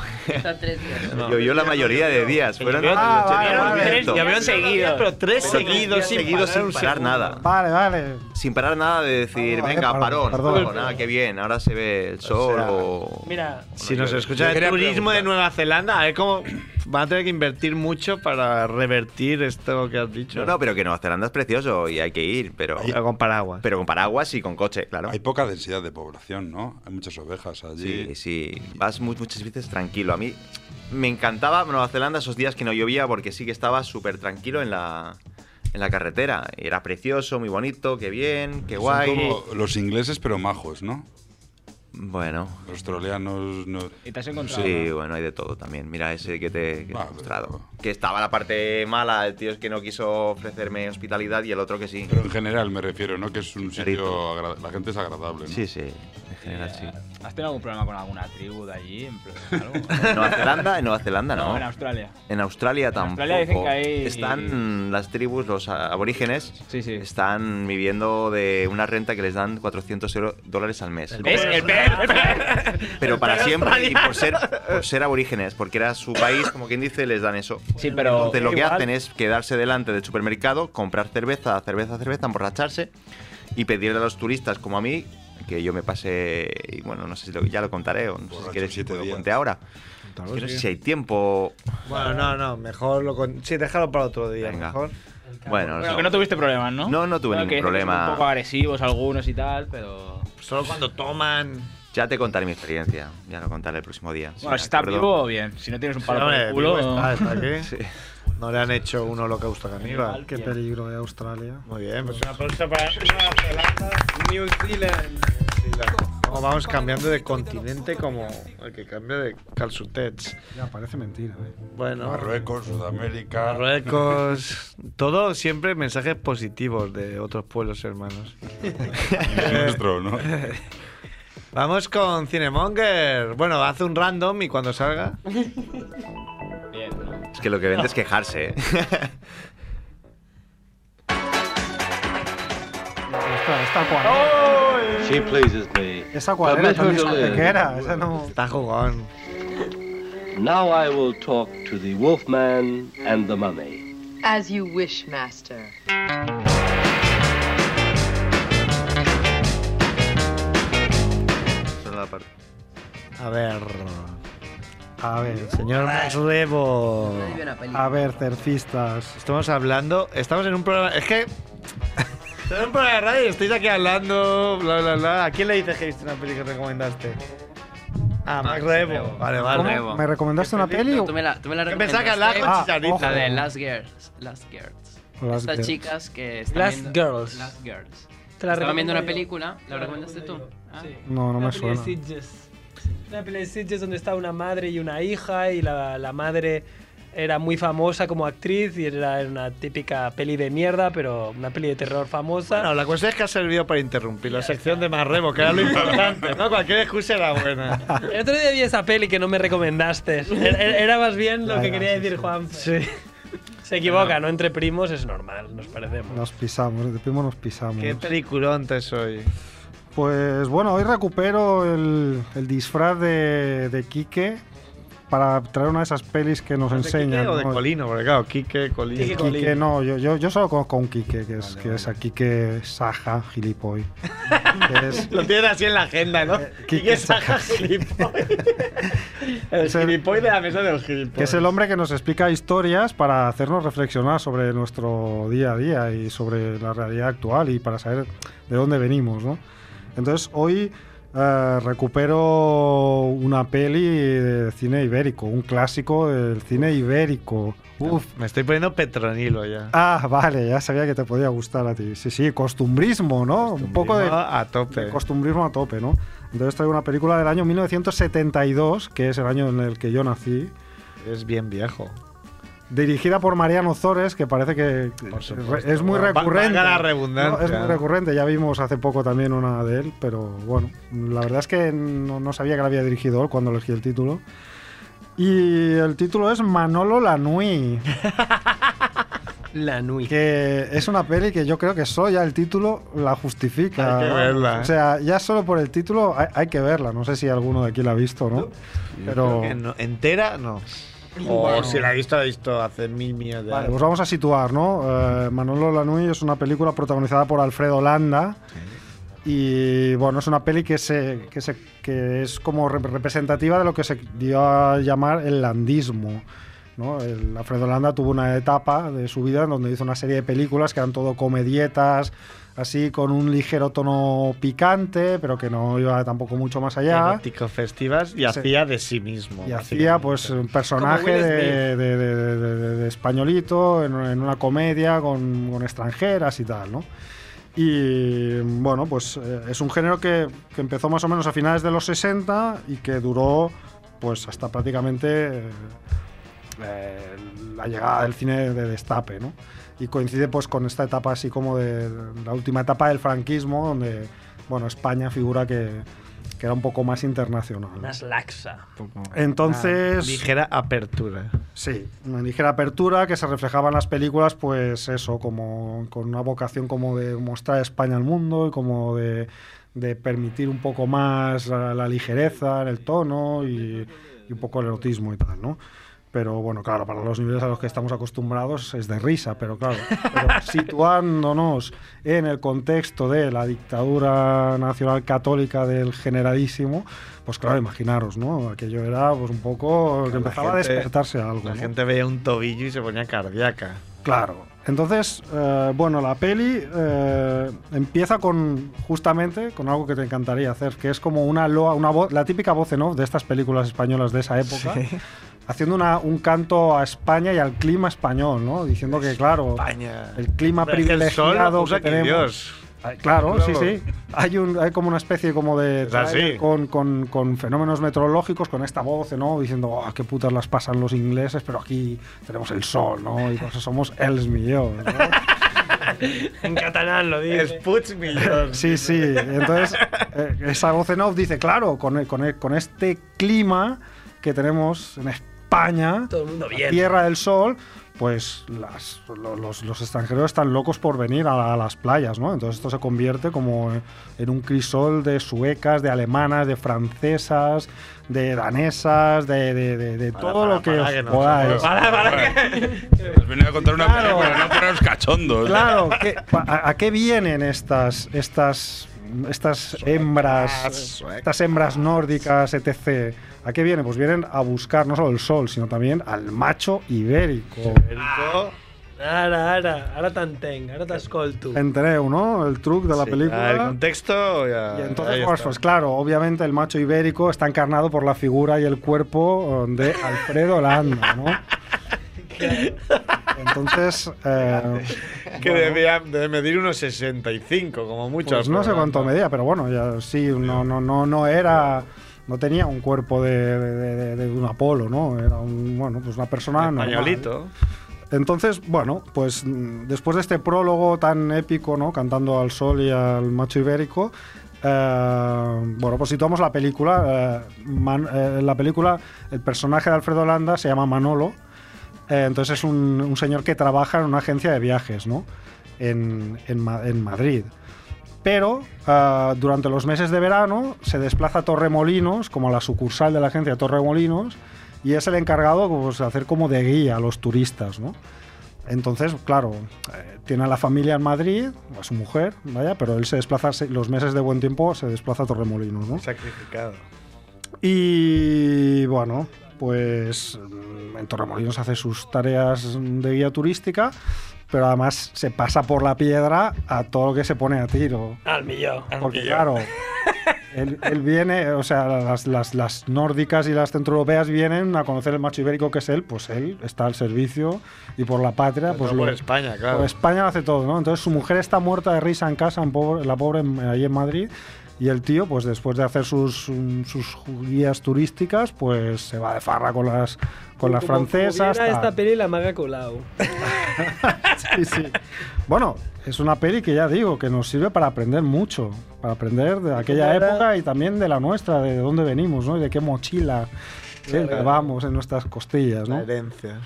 I: Llovió la mayoría de días. Fueron
C: Ah, vale, vale.
I: Ya
C: Llovieron seguidos. Pero tres seguidos sin
I: seguidos
C: parar
I: sin
C: un
I: parar
C: segundo.
I: nada.
A: Vale, vale.
I: Sin parar nada de decir,
A: vale,
I: venga,
A: eh, perdón,
I: parón.
A: perdón.
I: Bueno, nada, qué bien, ahora se ve el sol o...
B: Mira,
C: Si nos escucha
I: Yo
C: de
I: quería
C: turismo
I: preguntar.
C: de Nueva Zelanda, a ver cómo van a tener que invertir mucho para revertir esto que has dicho.
I: No, no, pero que Nueva Zelanda es precioso y hay que ir, pero...
C: con paraguas.
I: Pero con paraguas y con coche, claro.
J: Hay poca densidad de población, ¿no? Hay muchas ovejas allí.
I: Sí, sí. Vas mu- muchas veces tranquilo. A mí me encantaba Nueva Zelanda esos días que no llovía porque sí que estaba súper tranquilo en la, en la carretera. Era precioso, muy bonito, qué bien, qué
J: Son
I: guay.
J: como los ingleses, pero majos, ¿no?
I: Bueno.
J: Los troleanos no.
F: ¿Y te has encontrado?
I: Sí, bueno, hay de todo también. Mira ese que te, que te he mostrado. Que estaba la parte mala, el tío es que no quiso ofrecerme hospitalidad y el otro que sí.
J: Pero en general me refiero, ¿no? Que es un sitio. agra- La gente es agradable, ¿no?
I: Sí, sí. En general sí.
F: ¿Has tenido algún problema con alguna tribu de allí? En plan, algo?
I: ¿En Nueva Zelanda? En Nueva Zelanda no.
F: No, en Australia.
I: En Australia tampoco.
F: Australia dicen que hay-
I: Están las tribus, los a- aborígenes, están viviendo de una renta que les dan 400 euro- dólares al mes.
F: ¿Ves? El peor, el peor.
I: Pero para
F: el peor
I: siempre, y
F: australiano.
I: por ser, por ser aborígenes, porque era su país, como quien dice, les dan eso.
F: Sí, pero-
I: Entonces lo que
F: Igual.
I: hacen es quedarse delante del supermercado, comprar cerveza, cerveza, cerveza, emborracharse y pedirle a los turistas como a mí que yo me pase. Y bueno, no sé si lo- ya lo contaré o no sé si quieres que lo cuente ahora. Es que no sé si hay tiempo.
C: Bueno, no, no, mejor lo con... Sí, déjalo para otro día, mejor.
I: Bueno,
F: Bueno, que no tuviste problemas, ¿no?
I: No, no tuve
F: Bueno, que
I: ningún
F: dicen que son
I: problema.
F: Un poco agresivos algunos y tal, pero.
C: Solo cuando toman.
I: Ya te contaré mi experiencia. Ya lo contaré el próximo día.
F: Bueno, si está vivo, bien. Si no tienes un palo por el culo.
C: está, está aquí. No le han hecho un holocausto caníbal.
A: Qué peligro de Australia.
C: Muy bien, pues un aplauso para Nueva Zelanda, New Zealand. Como vamos cambiando de continente como el que cambia de calzutets.
A: Ya, parece mentira. ¿eh?
C: Bueno.
J: Marruecos, Sudamérica.
C: Marruecos. Todo siempre mensajes positivos de otros pueblos hermanos.
J: Nuestro, ¿no?
C: Vamos con Cinemonger. Bueno, hace un random y cuando salga.
I: Es que lo que vende es quejarse. ¿eh?
A: Esta, esta acuarela.
M: She pleases me.
A: Esa acuarela
M: Permit her
A: también
M: to
A: es
M: live.
A: antequera. Esa no.
C: Está jugón.
M: Now I will talk to the Wolfman and the Mummy.
N: As you wish, master.
I: Solo la parte.
C: A ver.
A: A ver.
C: Señor Rebo.
A: A ver, cerfistas.
C: Estamos hablando. Estamos en un programa. Es que. Estamos en un programa de radio y estáis aquí hablando. Bla, bla, bla. ¿A quién le dices que viste una peli que recomendaste? A
H: Ah,
C: Max Rebo. Vale, vale.
A: ¿Cómo? ¿Me recomendaste una peli?
H: Tú me la, tú me la
C: Yo pensaba que hablaba con
H: recomendaste. Ah,
C: Chicharito.
H: La de Last Girls. Last Girls.
A: Las
H: Estas
A: girls.
H: chicas que están
B: Last
H: viendo,
B: Girls.
H: Last Girls.
B: Te la
H: Estaban
B: recomiendo
H: viendo una
B: yo.
H: película.
B: Te
H: ¿La
B: la
H: recomendaste tú? Ah.
A: No, no
B: Una
A: me
B: peli de
A: suena.
B: Sitges. Una peli de Sitges donde está una madre y una hija y la, la madre era muy famosa como actriz y era una típica peli de mierda, pero una peli de terror famosa.
C: Bueno, la cuestión es que ha servido para interrumpir la sección de Max Rebo, que era lo importante, ¿no? Cualquier excusa era buena.
B: El otro día vi esa peli que no me recomendaste. Era, era más bien lo
A: Ya,
B: que
A: ya,
B: quería decir Juan. Se equivoca, ¿no? Entre primos es normal, nos parecemos.
A: Nos pisamos, de primo nos pisamos.
C: Qué peliculón te soy.
A: Pues bueno, hoy recupero el, el disfraz de, de Quique para traer una de esas pelis que nos
C: ¿Es de Quique
A: enseñan.
C: o de
A: ¿no?
C: Colino? Porque claro, Quique, Colino.
A: Quique, no, yo, yo, yo solo conozco a un Quique, que es, que es a Quique Saja, gilipoy. que es- Eh,
C: Lo tienen así en la agenda, ¿no? Quique Saja gilipoy. El gilipoy de la mesa de los gilipoy.
A: que es el hombre que nos explica historias para hacernos reflexionar sobre nuestro día a día y sobre la realidad actual y para saber de dónde venimos, ¿no? Entonces hoy eh, recupero una peli de cine ibérico, un clásico del cine ibérico. Uf,
C: Me estoy poniendo petronilo ya.
A: Ah, vale, ya sabía que te podía gustar a ti. Sí, sí, costumbrismo, ¿no? Un poco de,
C: a tope.
A: de costumbrismo a tope, ¿no? Entonces traigo una película del año 1972, que es el año en el que yo nací,
C: Es bien viejo.
A: dirigida por Mariano Zores, que parece que
C: supuesto.
A: es muy
C: Va-
A: recurrente.
C: valga la redundancia.
A: No, es muy recurrente, ya vimos hace poco también una de él, pero bueno, la verdad es que no, no sabía que la había dirigido él cuando elegí el título. Y el título es Manolo Lanui.
H: La Nui.
A: Que es una peli que yo creo que solo ya el título la justifica.
C: Hay que
A: ¿no?
C: verla, ¿eh?
A: O sea, ya solo por el título hay, hay que verla. No sé si alguno de aquí la ha visto, ¿no? Pero.
C: Creo que no- entera, no. O
A: Bueno.
C: si la he visto, la he visto hace mil millones de
A: Vale,
C: años.
A: pues vamos a situar, ¿no? Eh, Manolo Lanui es una película protagonizada por Alfredo Landa. Y bueno, es una peli que, se, que, se- que es como rep- representativa de lo que se dio a llamar el landismo. ¿no? El Alfredo Landa tuvo una etapa de su vida en donde hizo una serie de películas que eran todo comedietas, así con un ligero tono picante, pero que no iba tampoco mucho más allá.
C: Erótico festivas y
A: Sí.
C: hacía de sí mismo.
A: Y
C: básicamente.
A: hacía pues un personaje
C: Como Will
A: de,
C: Smith.
A: de- de- de- de- de españolito en, en una comedia con, con extranjeras y tal, ¿no? Y bueno, pues eh, es un género que, que empezó más o menos a finales de los 60 y que duró pues hasta prácticamente eh, eh, la llegada del cine de destape, ¿no? Y coincide pues con esta etapa así como de la última etapa del franquismo, donde bueno, España figura que, que era un poco más internacional. ¿no?
B: Más laxa.
A: Entonces-
C: Una ligera apertura.
A: Sí, una ligera apertura que se reflejaba en las películas, pues eso, como con una vocación como de mostrar España al mundo y como de, de permitir un poco más la, la ligereza en el tono y, y un poco el erotismo y tal, ¿no? Pero bueno, claro, para los niveles a los que estamos acostumbrados es de risa, pero claro, pero situándonos en el contexto de la dictadura nacional católica del generalísimo, pues claro, imaginaros, ¿no? Aquello era pues un poco que
C: La
A: empezaba a
C: gente-
A: despertarse algo.
C: La
A: ¿no?
C: gente veía un tobillo y se ponía cardíaca.
A: Claro. Entonces, eh, bueno, la peli eh, empieza con justamente con algo que te encantaría hacer, que es como una loa, una voz, la típica voz en off de estas películas españolas de esa época, haciendo una- un canto a España y al clima español, ¿no? Diciendo que claro, el clima
C: Pero es que el sol
A: privilegiado
C: lo puso
A: que
C: aquí
A: tenemos.
C: Dios.
A: Ay, Claro, sí,
C: Claro.
A: sí. Hay, un, hay como una especie como de
C: así.
A: trailer con, con- con fenómenos meteorológicos, con esta voz, ¿no? Diciendo, "Oh, qué putas las pasan los ingleses, pero aquí tenemos el sol, ¿no? Y pues somos els millón.
B: En catalán lo dice.
C: Sputs
A: Sí, sí. Entonces, eh, esa voz en off dice, claro, con, el- con, el- con este clima que tenemos en España,
B: Todo el mundo
A: la
B: bien.
A: Tierra del Sol, pues las- lo- los, los extranjeros están locos por venir a, a las playas, ¿no? Entonces esto se convierte como en un crisol de suecas, de alemanas, de francesas, de danesas, de, de- de- de todo
C: para,
A: lo que
C: para,
A: os
C: que no,
A: podáis.
J: Os venía a contar una película, no poneros cachondos. ¿eh?
A: Claro, ¿qué- pa- a, a qué vienen estas, estas, estas hembras,
J: suecas.
A: estas hembras nórdicas, etc.? ¿A qué vienen? Pues vienen a buscar no solo el sol, sino también al macho ibérico. Oh.
B: Ara, ara, ara t'entenc, ara t'escolto.
A: Entreu, ¿no? El truc de la película.
C: Ah, El contexto. Ya,
A: Y entonces,
C: ahí
A: pues,
C: está.
A: pues claro, obviamente el macho ibérico está encarnado por la figura y el cuerpo eh, de Alfredo Landa, ¿no? Entonces, eh,
C: que debía de medir unos 65, como mucho.
A: pues no sé cuánto medía, pero bueno, ya sí, no, no, no, no era, no tenía un cuerpo de, de- de- de un Apolo, ¿no? Era un, bueno, pues una persona normal.
C: Españolito. Pues
A: Entonces, bueno, pues mm, después de este prólogo tan épico, ¿no? Cantando al sol y al macho ibérico, eh, bueno, pues situamos la película. eh, Man- eh, en la película, el personaje de Alfredo Landa se llama Manolo. eh, entonces es un, un señor que trabaja en una agencia de viajes, ¿no? En, en Ma- en Madrid. Pero ah, durante los meses de verano se desplaza a Torremolinos, como a la sucursal de la agencia Torremolinos, y es el encargado pues, de hacer como de guía a los turistas, ¿no? Entonces, claro, eh, tiene a la familia en Madrid, a su mujer, vaya, pero él se desplaza, se- los meses de buen tiempo se desplaza a Torremolinos, ¿no?
C: Sacrificado.
A: Y bueno, pues mm, en Torremolinos hace sus tareas de guía turística, pero además se pasa por la piedra a todo lo que se pone a tiro.
B: Al millón.
A: Porque claro, él, él viene, o sea, las, las- las nórdicas y las centroeuropeas vienen a conocer el macho ibérico que es él, pues él está al servicio y por la patria, pues
C: todo por
A: lo-
C: España, claro.
A: por España lo hace todo, ¿no? Entonces su mujer está muerta de risa en casa, en pobre- la pobre en- ahí en Madrid. Y el tío, pues después de hacer sus, mm, sus guías turísticas, pues se va de farra con las, con las
B: Como- como
A: francesas.
B: viera
A: tal.
B: esta peli la maga colado.
A: Sí, sí. Bueno, es una peli que ya digo, que nos sirve para aprender mucho, para aprender de aquella
B: ahora-
A: época y también de la nuestra, de dónde venimos, ¿no? Y de qué mochila sí,
C: Claro.
A: llevamos en nuestras costillas, ¿no?
C: La herencia.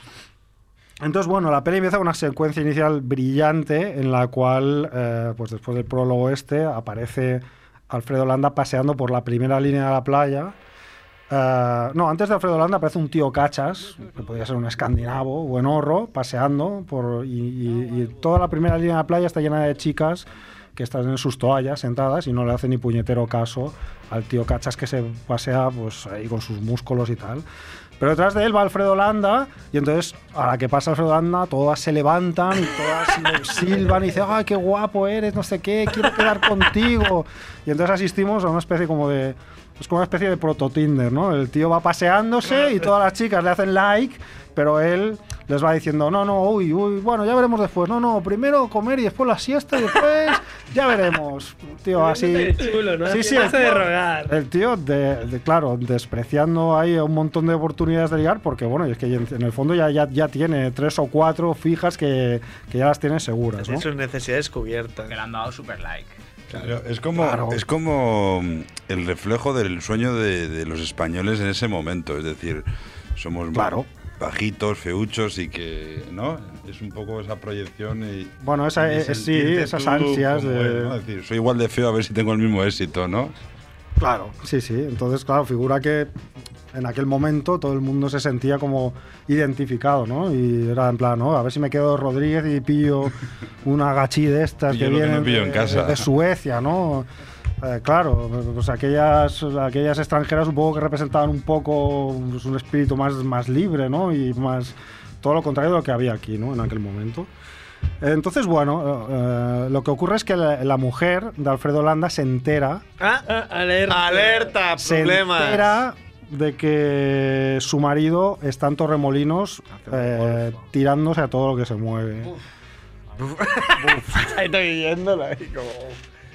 A: Entonces, bueno, la peli empieza con una secuencia inicial brillante en la cual, eh, pues después del prólogo este, aparece Alfredo Landa paseando por la primera línea de la playa. Eh, no, antes de Alfredo Landa aparece un tío cachas, que podría ser un escandinavo o enorro, paseando por, y, y- y toda la primera línea de la playa está llena de chicas que están en sus toallas sentadas y no le hacen ni puñetero caso al tío cachas que se pasea pues ahí con sus músculos y tal. Pero detrás de él va Alfredo Landa y entonces a la que pasa Alfredo Landa todas se levantan y todas le silban y dicen ¡ay, qué guapo eres! No sé qué, quiero quedar contigo. Y entonces asistimos a una especie como de... Es como una especie de proto-Tinder, ¿no? El tío va paseándose y todas las chicas le hacen like, pero él les va diciendo, no, no, uy, uy, bueno, ya veremos después. No, no, primero comer y después la siesta y después ya veremos. Tío, así...
B: Chulo, ¿no?
A: Sí, sí,
B: Hace
A: el
B: de
A: tío-
B: rogar.
A: el tío, de, de- claro, despreciando ahí un montón de oportunidades de ligar, porque bueno, es que en, en el fondo ya, ya, ya tiene tres o cuatro fijas que, que ya las tiene seguras, ¿no?
C: Tiene sus necesidades cubiertas. Que
D: le han dado super like.
J: Claro, es como, es como mm, el reflejo del sueño de, de los españoles en ese momento. Es decir, somos bajitos, feuchos y que, ¿no? Es un poco esa proyección y...
A: Bueno, esa,
J: y
A: eh, sí,
J: sentirte
A: esas
J: tú
A: ansias
J: como
A: de-
J: él, ¿no? Es decir, soy igual de feo a ver si tengo el mismo éxito, ¿no?
A: Claro. Sí, sí. Entonces, claro, figura que en aquel momento todo el mundo se sentía como identificado, ¿no? Y era en plan, ¿no? A ver si me quedo Rodríguez y pillo una gachi de estas
J: Pillo
A: que
J: lo que no
A: vienen
J: pillo
A: de,
J: en casa.
A: de Suecia, ¿no? Eh, claro, pues aquellas, aquellas extranjeras supongo que representaban un poco pues, un espíritu más, más libre, ¿no? Y más todo lo contrario de lo que había aquí, ¿no? En aquel momento. Entonces, bueno, eh, eh, lo que ocurre es que la, la mujer de Alfredo Landa se entera
B: alerta.
C: Ah, Alerta, problemas.
A: Ah, se entera de que su marido está en Torremolinos
C: Ah,
A: eh, tirándose a todo lo que se mueve.
C: Ahí estoy viéndola ahí como.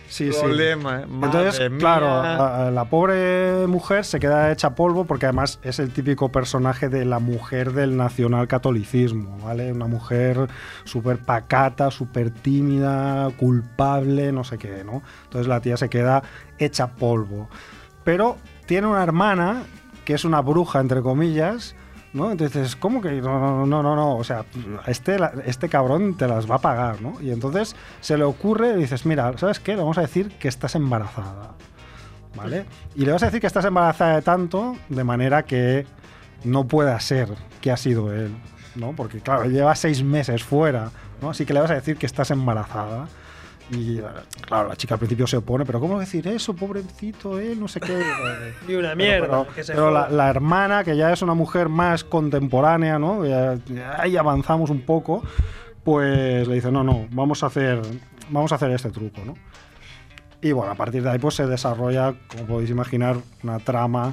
A: Sí, sí.
C: problema, ¿eh? Madre
A: Entonces,
C: mía.
A: claro, la, la pobre mujer se queda hecha polvo porque además es el típico personaje de la mujer del nacionalcatolicismo, ¿vale? Una mujer súper pacata, súper tímida, culpable, no sé qué, ¿no? Entonces la tía se queda hecha polvo. Pero tiene una hermana que es una bruja, entre comillas, ¿no? Entonces, ¿cómo que no, no, no, no, no? O sea, este, la- este cabrón te las va a pagar, ¿no? Y entonces se le ocurre y dices, mira, ¿sabes qué? Le vamos a decir que estás embarazada, ¿vale? Y le vas a decir que estás embarazada de tanto, de manera que no pueda ser que ha sido él, ¿no? Porque, claro, lleva seis meses fuera, ¿no? Así que le vas a decir que estás embarazada. Y claro, la chica al principio se opone, pero ¿cómo decir eso, pobrecito él? No sé qué.
B: Y una mierda.
A: Pero,
B: que se
A: pero la,
B: joda.
A: la hermana, que ya es una mujer más contemporánea, ¿no? Ya- ya ahí avanzamos un poco, pues le dice, no, no, vamos a hacer, vamos a hacer este truco, ¿no? Y bueno, a partir de ahí pues se desarrolla, como podéis imaginar, una trama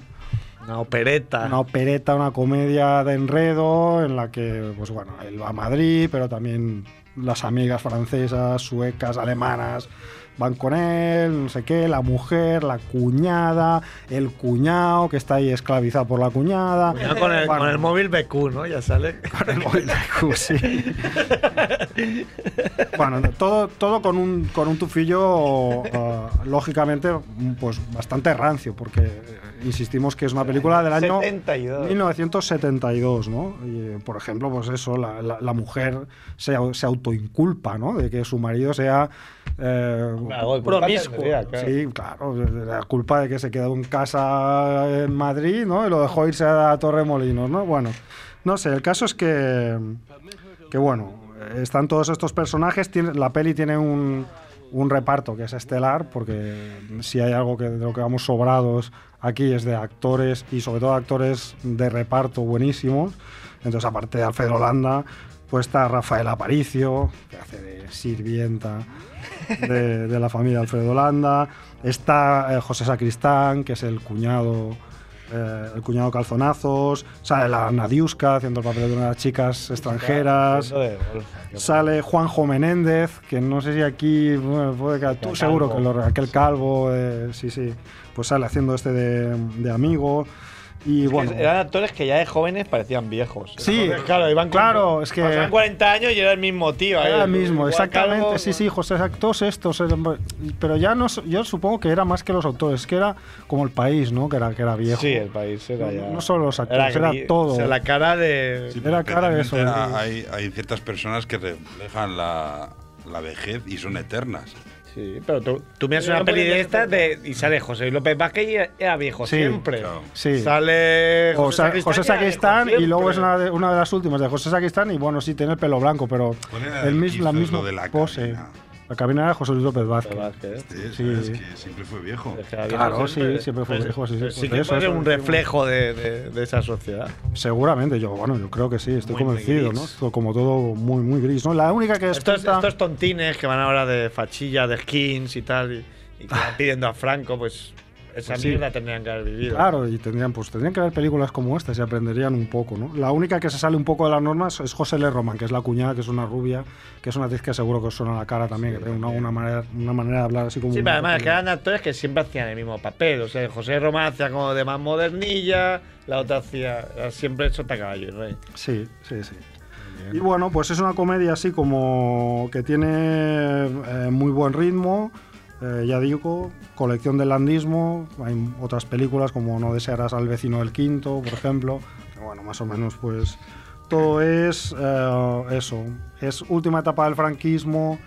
C: Una opereta.
A: una opereta, una comedia de enredo en la que, pues bueno, él va a Madrid, pero también las amigas francesas, suecas, alemanas van con él, no sé qué, la mujer, la cuñada, el cuñado que está ahí esclavizado por la cuñada.
C: Ya con, el,
A: Bueno,
C: con el móvil BQ, ¿no? Ya sale.
A: Con el móvil BQ, Pues sí. bueno, todo, todo con un, eh, con un tufillo, ah, lógicamente, pues bastante rancio, porque insistimos que es una película del año
C: 72.
A: 1972, ¿no? Y, eh, por ejemplo, pues eso, la, la- la mujer se, au- se autoinculpa, ¿no? De que su marido sea eh,
C: algo de culpa Promiscuo. tendría, claro.
A: Sí, claro, de- de la culpa de que se quedó en casa en Madrid, ¿no? Y lo dejó irse a Torremolinos, ¿no? Bueno, no sé, el caso es que, que bueno, están todos estos personajes, tiene- la peli tiene un, un reparto que es estelar, porque si hay algo que, de lo que vamos sobrados aquí es de actores y sobre todo actores de reparto buenísimos. Entonces, aparte de Alfredo Holanda, pues está Rafael Aparicio, que hace de sirvienta de, de la familia Alfredo Holanda. Está eh, José Sacristán, que es el cuñado. eh, el cuñado calzonazos, sale la Nadiuska haciendo el papel de una de las chicas extranjeras. Sale Juanjo Menéndez, que no sé si aquí, bueno, puede que- tú seguro que lo, aquel calvo, eh, sí, sí, pues sale haciendo este de, de amigo. Y bueno,
C: Eran actores que ya de jóvenes parecían viejos.
A: Sí.
C: Entonces, claro, iban con-
A: Claro, es que-
C: Pasaban 40 años y era el mismo tío. ¿eh? ahí.
A: era el mismo,
C: Igual
A: exactamente,
C: calvo, pues.
A: sí, sí, José, Sac- todos estos, eran- pero ya no, so- yo supongo que era más que los autores, que era como el país, ¿no? Que era, que era viejo.
C: Sí, el Este país era ya.
A: No solo los actores, era,
C: gris,
A: todo.
C: O sea, la cara de.
A: era cara de eso.
J: Evidentemente, ah, Hay, hay ciertas personas que reflejan la, la vejez y son eternas.
C: Sí, pero tú, Tú miras una peli de estas de, y sale José Luis López Vázquez y era- era viejo
A: Sí,
C: siempre.
A: sí.
C: Sale
A: O
C: Eh, José
A: sea,
C: Sacristán.
A: José
C: y era viejo
A: Sacristán y
C: siempre.
A: luego es una de, una de las últimas de José Sacristán y bueno, sí, tiene el pelo blanco, pero
J: era
A: el
J: el
A: mismo, la
J: que hizo
A: misma
J: lo de la
A: pose. La cabina era José Luis López Vázquez.
J: Este,
A: Sí.
J: Es que siempre fue viejo.
A: Claro, sí, siempre fue viejo. Sí, sí,
C: Sí,
A: por
C: que
A: eso,
C: fue
A: eso,
C: un
A: sí.
C: reflejo de, de- de esa sociedad.
A: Seguramente, yo, bueno, yo creo que sí, estoy
C: Muy, muy
A: convencido,
C: gris.
A: ¿no? Todo- Como todo muy, muy gris, ¿no? La única que es
C: Estos, estos tontines que van ahora de fachilla, de skins y tal, y, y que van pidiendo a Franco, pues esa
A: Ah. Pues sí.
C: mierda tendrían que haber vivido.
A: Claro, y tendrían, pues tendrían que ver películas como estas y aprenderían un poco, ¿no? La única que se sale un poco de las normas es José L. Roman, que es la cuñada, que es una rubia, que es una actriz que seguro que os suena la cara también, que tiene una, una manera, una manera de hablar así como.
C: Sí,
A: un-
C: pero además
J: Mm.
C: es que eran actores que siempre hacían el mismo papel. O sea, José Román hacía como de más modernilla, la otra hacía. era Siempre eso está caballo, el rey.
A: Sí, sí, sí. Y bueno, pues es una comedia así como que tiene eh, muy buen ritmo, eh, ya digo, colección del landismo, hay otras películas como No desearás al vecino del quinto, por ejemplo, que bueno, más o menos pues todo es eh, eso, es última etapa del franquismo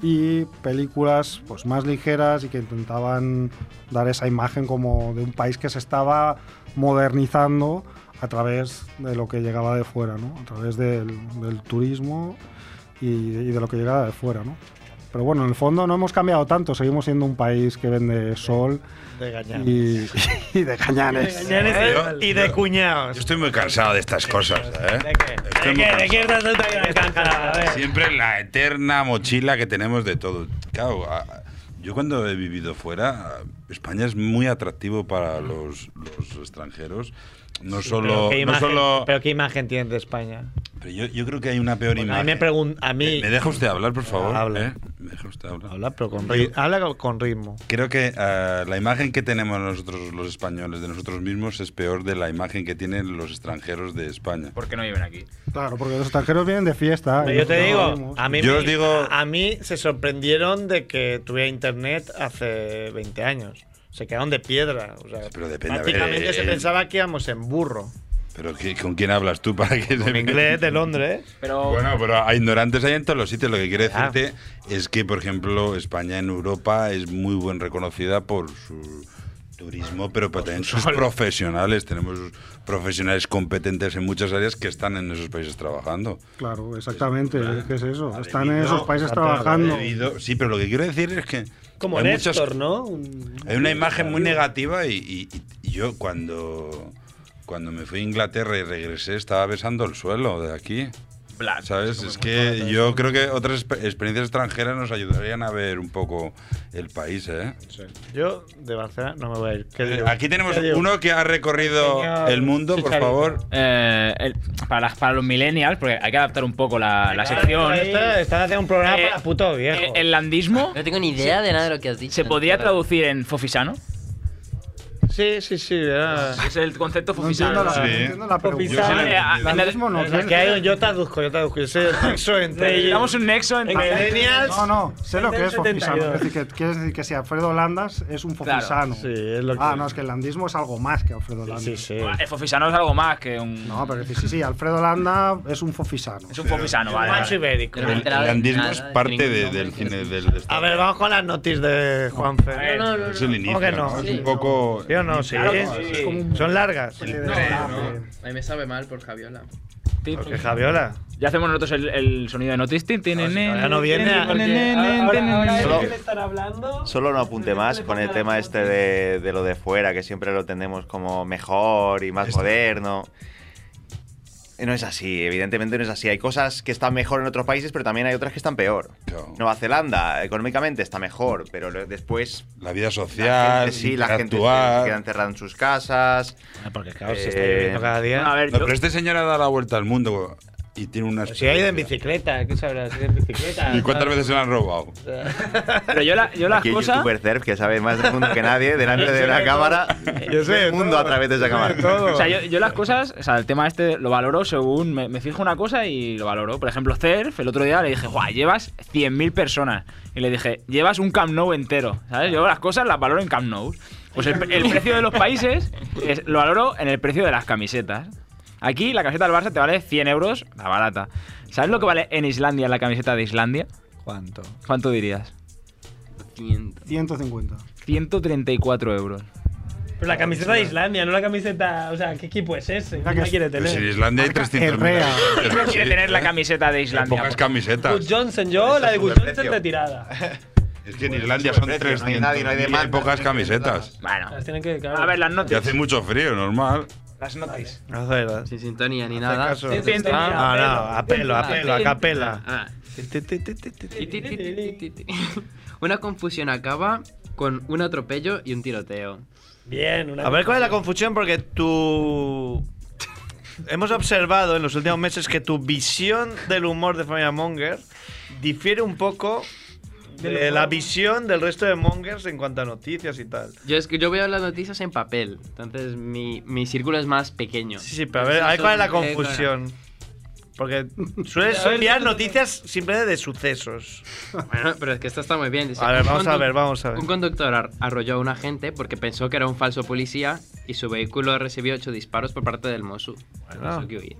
A: y películas pues más ligeras y que intentaban dar esa imagen como de un país que se estaba modernizando a través de lo que llegaba de fuera, ¿no? A través del, del turismo y, y de lo que llegaba de fuera, ¿no? Pero bueno, en el fondo no hemos cambiado tanto, seguimos siendo un país que vende sol
C: De gañanes.
A: y, y de cañanes.
C: y de cuñados.
J: Yo estoy muy cansado de estas cosas, ¿eh? Estoy muy cansado.
C: estás tú
J: Siempre la eterna mochila que tenemos de todo. Claro, a- yo cuando he vivido fuera, España es muy atractivo para los, los extranjeros. No
C: pero,
J: solo...
C: ¿qué
J: no
C: imagen,
J: solo
C: pero qué imagen tienes de España.
J: pero yo, yo creo que hay una peor
C: Bueno, a mí
J: imagen.
C: me pregun- a mí-
J: eh. ¿Me deja usted hablar, por favor?
C: Habla.
J: ¿eh? Me deja usted hablar.
C: Habla, pero con ri- habla con ritmo.
J: Creo que ah, la imagen que tenemos nosotros los españoles de nosotros mismos es peor de la imagen que tienen los extranjeros de España.
D: ¿Por qué no lleven aquí?
A: Claro, porque los extranjeros vienen de fiesta.
C: Pero
A: y
C: yo te
A: nosotros
C: digo,
A: no venimos.
C: a mí,
J: Yo
C: me-
J: os digo-
C: a mí se sorprendieron de que tuviera internet hace 20 años. Se quedaron de piedra. O sea,
J: Pero depende, a ver, eh,
C: prácticamente se
J: el-
C: pensaba que íbamos en burro.
J: Pero ¿qué- ¿con quién hablas tú para que
C: En
J: se
C: inglés de Londres. Pero
J: Bueno, pero a ignorantes hay en todos los sitios. Lo que quiere decirte es que, por ejemplo, España en Europa es muy buen reconocida por su turismo, pero también sus profesionales. Tenemos profesionales competentes en muchas áreas que están en esos países trabajando.
A: Claro, exactamente, ¿qué es eso? Están en esos países
J: Exacto,
A: trabajando.
J: debido- Sí, pero lo que quiero decir es que
B: Como
J: hay muchas-
B: Néstor, ¿no? Un-
J: hay una imagen muy negativa y, y- y yo cuando, cuando me fui a Inglaterra y regresé estaba besando el suelo de aquí. ¿Sabes? Es que yo creo que otras exper- experiencias extranjeras nos ayudarían a ver un poco el país, ¿eh?
C: Yo de Barcelona no me voy a ir. ¿Qué
J: Eh,
C: digo?
J: Aquí tenemos
C: ¿Qué digo?
J: uno que ha recorrido
C: Señor
J: el mundo, por
C: Chicharito.
J: favor.
O: Eh, el- para, las- para los millennials, porque hay que adaptar un poco la, la sección.
C: Está- Están haciendo un programa
D: Eh,
C: para putos viejos.
O: El landismo.
H: No tengo ni idea de nada de lo que has dicho.
O: ¿Se podría traducir en fofisano?
C: Sí, sí, sí. Era...
D: Es el concepto
A: No entiendo la, no entiendo la pregunta.
C: Eh,
A: Lo mismo no, ¿eh?
C: Es ah, que hay- yo traduzco, yo traduzco. Yo sé el nexo entre.
D: Necesitamos un nexo entre
C: millennials.
A: No, no, sé lo que es
C: 72.
A: fofisano. Es decir, que quieres decir que si Alfredo Landas es un fofisano.
D: Claro, sí, es lo que-
A: ah, no, es que el landismo es algo más que Alfredo Landas. Sí, sí.
D: El Eh, fofisano es algo más que un.
A: No, pero decir, sí, sí, Alfredo Landa es un fofisano.
D: Es un fofisano, vale.
C: macho ibérico.
J: El, el andismo es parte de- del cine del del-
C: A ver, vamos con las noticias de Juanfe.
J: No, no, no, Es el no. inicio,
C: Ah, ¿Cómo que no?
J: ¿no? Es un poco-
C: Yo no, sí.
J: Claro, es como un-
C: Son largas.
H: A mí me sabe mal por Javiola.
C: Porque Javiola. Ah,
D: Ya hacemos nosotros el, el sonido de Notis. Tin, tin, nen,
I: ahora no viene,
D: tin,
I: porque
D: nen,
I: ahora-
D: nen,
I: ahora-
D: nen,
I: ahora
D: nen.
I: es Solo- que le
B: están hablando?
I: Solo un apunte más con el tema este de, de lo de fuera, que siempre lo tenemos como mejor y más moderno. No es así, evidentemente no es así. Hay cosas que están mejor en otros países, pero también hay otras que están peor. Nueva Zelanda, económicamente, está mejor, pero lo- después...
J: La vida social,
I: gente- sí, la gente se
J: interactuar.
I: queda encerrada en sus casas.
C: Ah, Porque
J: se
H: eh,
J: está viviendo cada
C: día.
J: No, pero este señor ha dado la vuelta al mundo y tiene unas.
C: Si ha ido en bicicleta, ¿qué sabrás? Si ha ido en bicicleta.
J: ¿Y cuántas veces se la han robado?
D: Pero yo, la, yo las
I: Aquí el
D: cosas.
I: youtuber Cerf, que sabe más del mundo que nadie, delante de una cámara, yo sé el mundo a través de esa cámara.
D: O sea, yo, yo las cosas, o sea, el tema este lo valoro según me, me fijo una cosa y lo valoro. Por ejemplo, CERF, el otro día le dije, guau, llevas 100.000 personas. Y le dije, llevas un Camp Nou entero. ¿Sabes? Yo las cosas las valoro en Camp Nou. Pues el, el precio de los países es- lo valoro en el precio de las camisetas. Aquí la camiseta del Barça te vale 100 euros, la barata. ¿Sabes lo que vale en Islandia la camiseta de Islandia?
B: ¿Cuánto?
D: ¿Cuánto dirías?
A: 150.
D: 134 euros.
B: Pero la camiseta de Islandia, no la camiseta. O sea, ¿qué equipo es ese? ¿Quién la quiere tener?
J: Pues en Islandia hay 300
D: ¿Quién no quiere tener la camiseta de Islandia?
J: ¿Eh? Pocas camisetas.
C: Pues
B: Good Johnson, yo, la de Good Johnson retirada.
J: Es
C: pues
J: que en Islandia son 300. No hay nadie, no hay pocas camisetas.
D: Bueno.
B: Las tienen que. claro.
D: A ver, las
J: Y
D: notas.
J: hace mucho frío, normal.
D: Las notas.
H: Sin sintonía ni nada.
C: caso. Sin sintonía, Ah, no, no, a pelo, a pelo, a capela.
H: Ah. Una confusión acaba con un atropello y un tiroteo.
B: Bien, una
C: A ver cuál es la confusión, porque tú. Hemos observado en los últimos meses que tu visión del humor de Familia Monger difiere un poco de
H: Del
C: la
H: humor.
C: visión del resto de Mongers en cuanto a noticias y tal.
H: Yo, es que yo veo las noticias en papel, entonces mi, mi círculo es más pequeño.
C: Sí, sí, pero a ver, a ver cuál es la
H: Son- eh,
C: confusión. Porque sueles
H: A ver,
C: enviar noticias simplemente de sucesos.
H: Bueno, pero es que esto está muy bien. dice,
C: A ver,
H: un
C: vamos a
H: condu-
C: ver, vamos a ver.
H: Un conductor ar- arrolló a un agente porque pensó que era un falso policía y su vehículo recibió ocho disparos por parte del Mosu. Mosu que huía.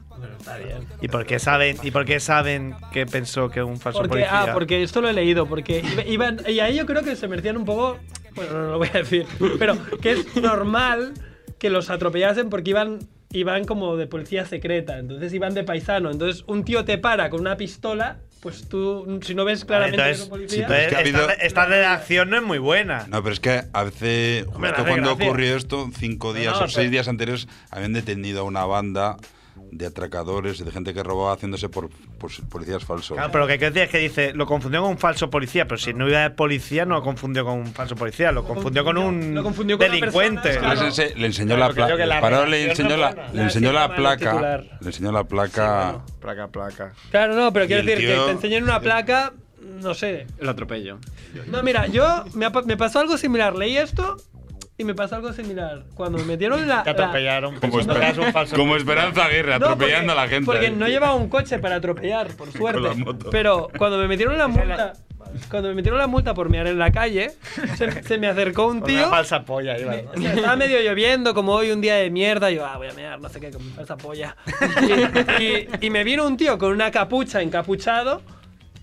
C: ¿Y por qué saben, y por qué saben que pensó que un falso
B: Porque-
C: policía?
B: ah, porque esto lo he leído, porque iba- iban- y ahí yo creo que se merecían un poco, bueno, no lo voy a decir, pero que es normal que los atropellasen porque iban, iban como de policía secreta, entonces iban de paisano, entonces un tío te para con una pistola, pues tú, si no ves claramente que es
C: Ah, Entonces,
B: un policía,
C: entonces
J: Es que ha
C: esta,
J: habido-
C: esta redacción no es muy buena.
J: No, pero es que hace.
C: Hombre,
J: Justo
C: hace
J: cuando
C: gracia.
J: ocurrió esto, cinco días
C: no,
J: o seis
C: pero-
J: días anteriores, habían detenido a una banda de atracadores y de gente que robaba haciéndose por, por policías falsos.
C: Claro, pero lo que quiero decir es que dice, lo confundió con un falso policía, pero si no iba de policía, no lo confundió con un falso policía, lo confundió con un delincuente.
J: Les ense- le enseñó
C: Claro,
J: la
C: creo
J: placa.
C: que la
J: le
C: relación
J: enseñó
C: no
J: la,
C: buena.
J: le enseñó la
B: Siempre malo
J: placa.
B: titular.
J: Le enseñó la placa.
C: Placa, placa.
B: Claro, no, pero
J: Y
B: quiero
J: el
B: decir que
J: tío-
B: te enseñen una placa, no sé.
H: El atropello.
B: No, mira, yo me, ha pa- me pasó algo similar, leí esto y me pasó algo similar. Cuando me metieron la...
C: Te
B: la-
C: atropellaron.
J: Como,
C: pensando
J: esper-
C: que eras un falso
J: como
C: policía.
J: Esperanza Aguirre,
B: No,
J: atropellando
B: porque-
J: a la gente.
B: Porque no llevaba un coche para atropellar, por suerte.
J: la moto.
B: Pero cuando me metieron la multa, cuando me metieron la multa por mear en la calle, se, se me acercó un
C: Con una
B: tío.
C: falsa polla, iba.
B: o sea, estaba medio lloviendo, como hoy un día de mierda. Yo, ah, voy a mear, no sé qué, con mi falsa polla. Y, y- y me vino un tío con una capucha encapuchado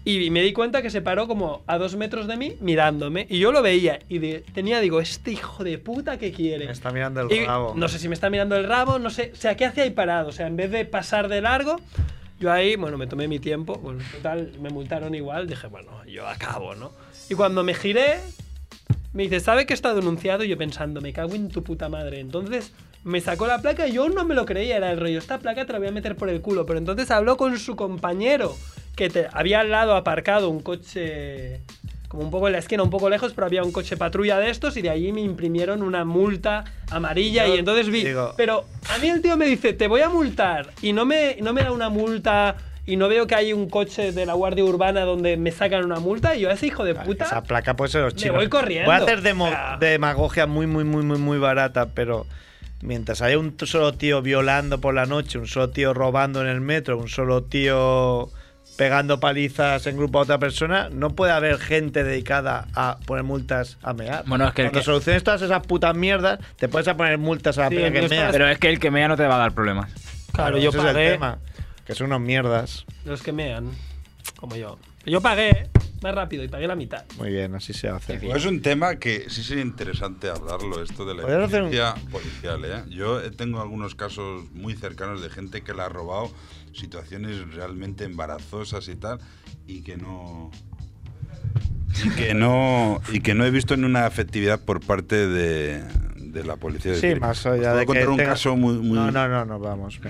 B: y me di cuenta que se paró como a dos metros de mí mirándome. Y yo lo veía y de- tenía, digo, este hijo de puta que quiere.
C: Está mirando
B: Y
C: el rabo.
B: No sé si me está mirando el rabo, no sé. O sea, ¿qué hace ahí parado? O sea, en vez de pasar de largo, yo ahí, bueno, me tomé mi tiempo. Bueno, total, me multaron igual. Dije, bueno, yo acabo, ¿no? Y cuando me giré, me dice, ¿sabe que está denunciado? Y yo pensando, me cago en tu puta madre. Entonces me sacó la placa y yo no me lo creía. Era el rollo, esta placa te la voy a meter por el culo. Pero entonces habló con su compañero, que te- había al lado aparcado un coche, como un poco en la esquina, un poco lejos, pero había un coche patrulla de estos y de allí me imprimieron una multa amarilla.
C: Yo
B: y entonces vi.
C: digo-
B: pero a mí el tío me dice, te voy a multar. Y no me, no me da una multa y no veo que hay un coche de la Guardia Urbana donde me sacan una multa y yo a ese hijo de puta.
C: Esa placa puede ser los
B: Me
C: chinos.
B: voy corriendo.
C: Voy a hacer demo-
B: Ah.
C: demagogia muy, muy, muy, muy, muy barata, pero mientras haya un t- solo tío violando por la noche, un solo tío robando en el metro, un solo tío pegando palizas en grupo a otra persona, no puede haber gente dedicada a poner multas a mear.
D: Bueno, es que el
C: Cuando
D: que-
C: soluciones todas esas putas mierdas, te puedes a poner multas a la peña que mea.
D: Ah, pero es que el que mea no te va a dar problemas.
B: Claro, yo
C: ese es el
B: pagué.
C: tema, que son unos mierdas.
B: Los que mean, como yo. Yo pagué ¿eh? más rápido y pagué la mitad.
C: Muy bien, así se hace.
J: Pues es un tema que sí sería interesante hablarlo, esto de la
C: Podrías hacer un-
J: eficiencia policial. ¿eh? Yo tengo algunos casos muy cercanos de gente que la ha robado, situaciones realmente embarazosas y tal, y que no... Y que no, y que no he visto en una afectividad por parte de, de la policía. Es
C: Sí,
J: decir,
C: más
J: os
C: allá
J: puedo
C: de que
J: contar un
C: tenga-
J: caso muy... muy-
C: No, no, no, no, vamos.
H: No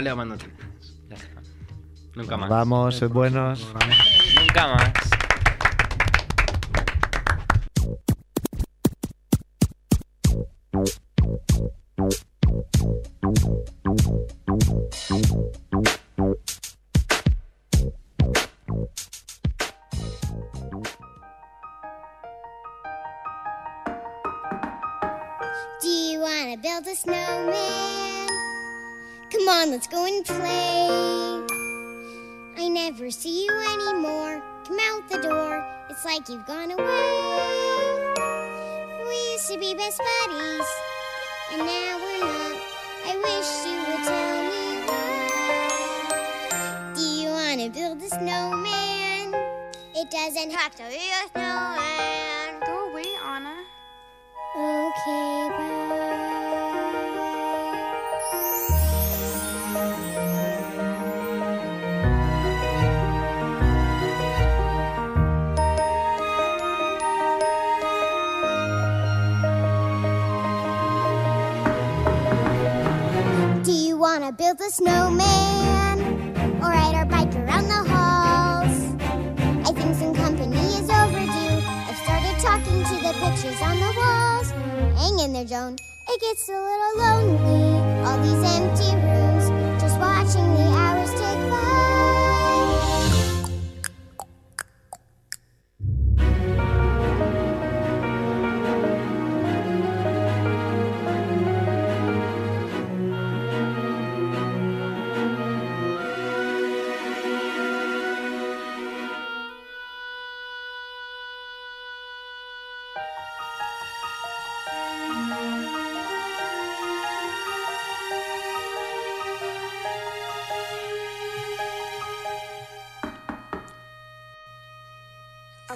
H: le mando tripulantes. Ya está. Nunca más.
C: Vamos, sed buenos.
H: Nunca más.
P: Do you want to build a snowman? Come on, let's go and play. I never see you anymore. Come out the door, it's like you've gone away. We used to be best buddies, and now we're not. I wish you would tell me why. Do you want to build a snowman? It doesn't have to be a snowman. Go away, Anna. Okay, bye. Do you want to build a snowman or ride our bike around the halls? I think some company is overdue. I've started talking to the pictures on the walls. Hang in there, Joan. It gets a little lonely. All these empty rooms, just watching the hours tick by.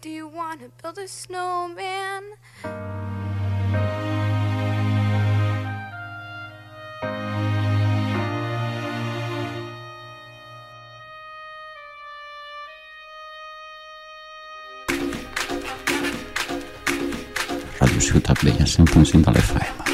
Q: Do you want to build a snowman?
R: Radio Ciutat Vella 100.5 de l'FM.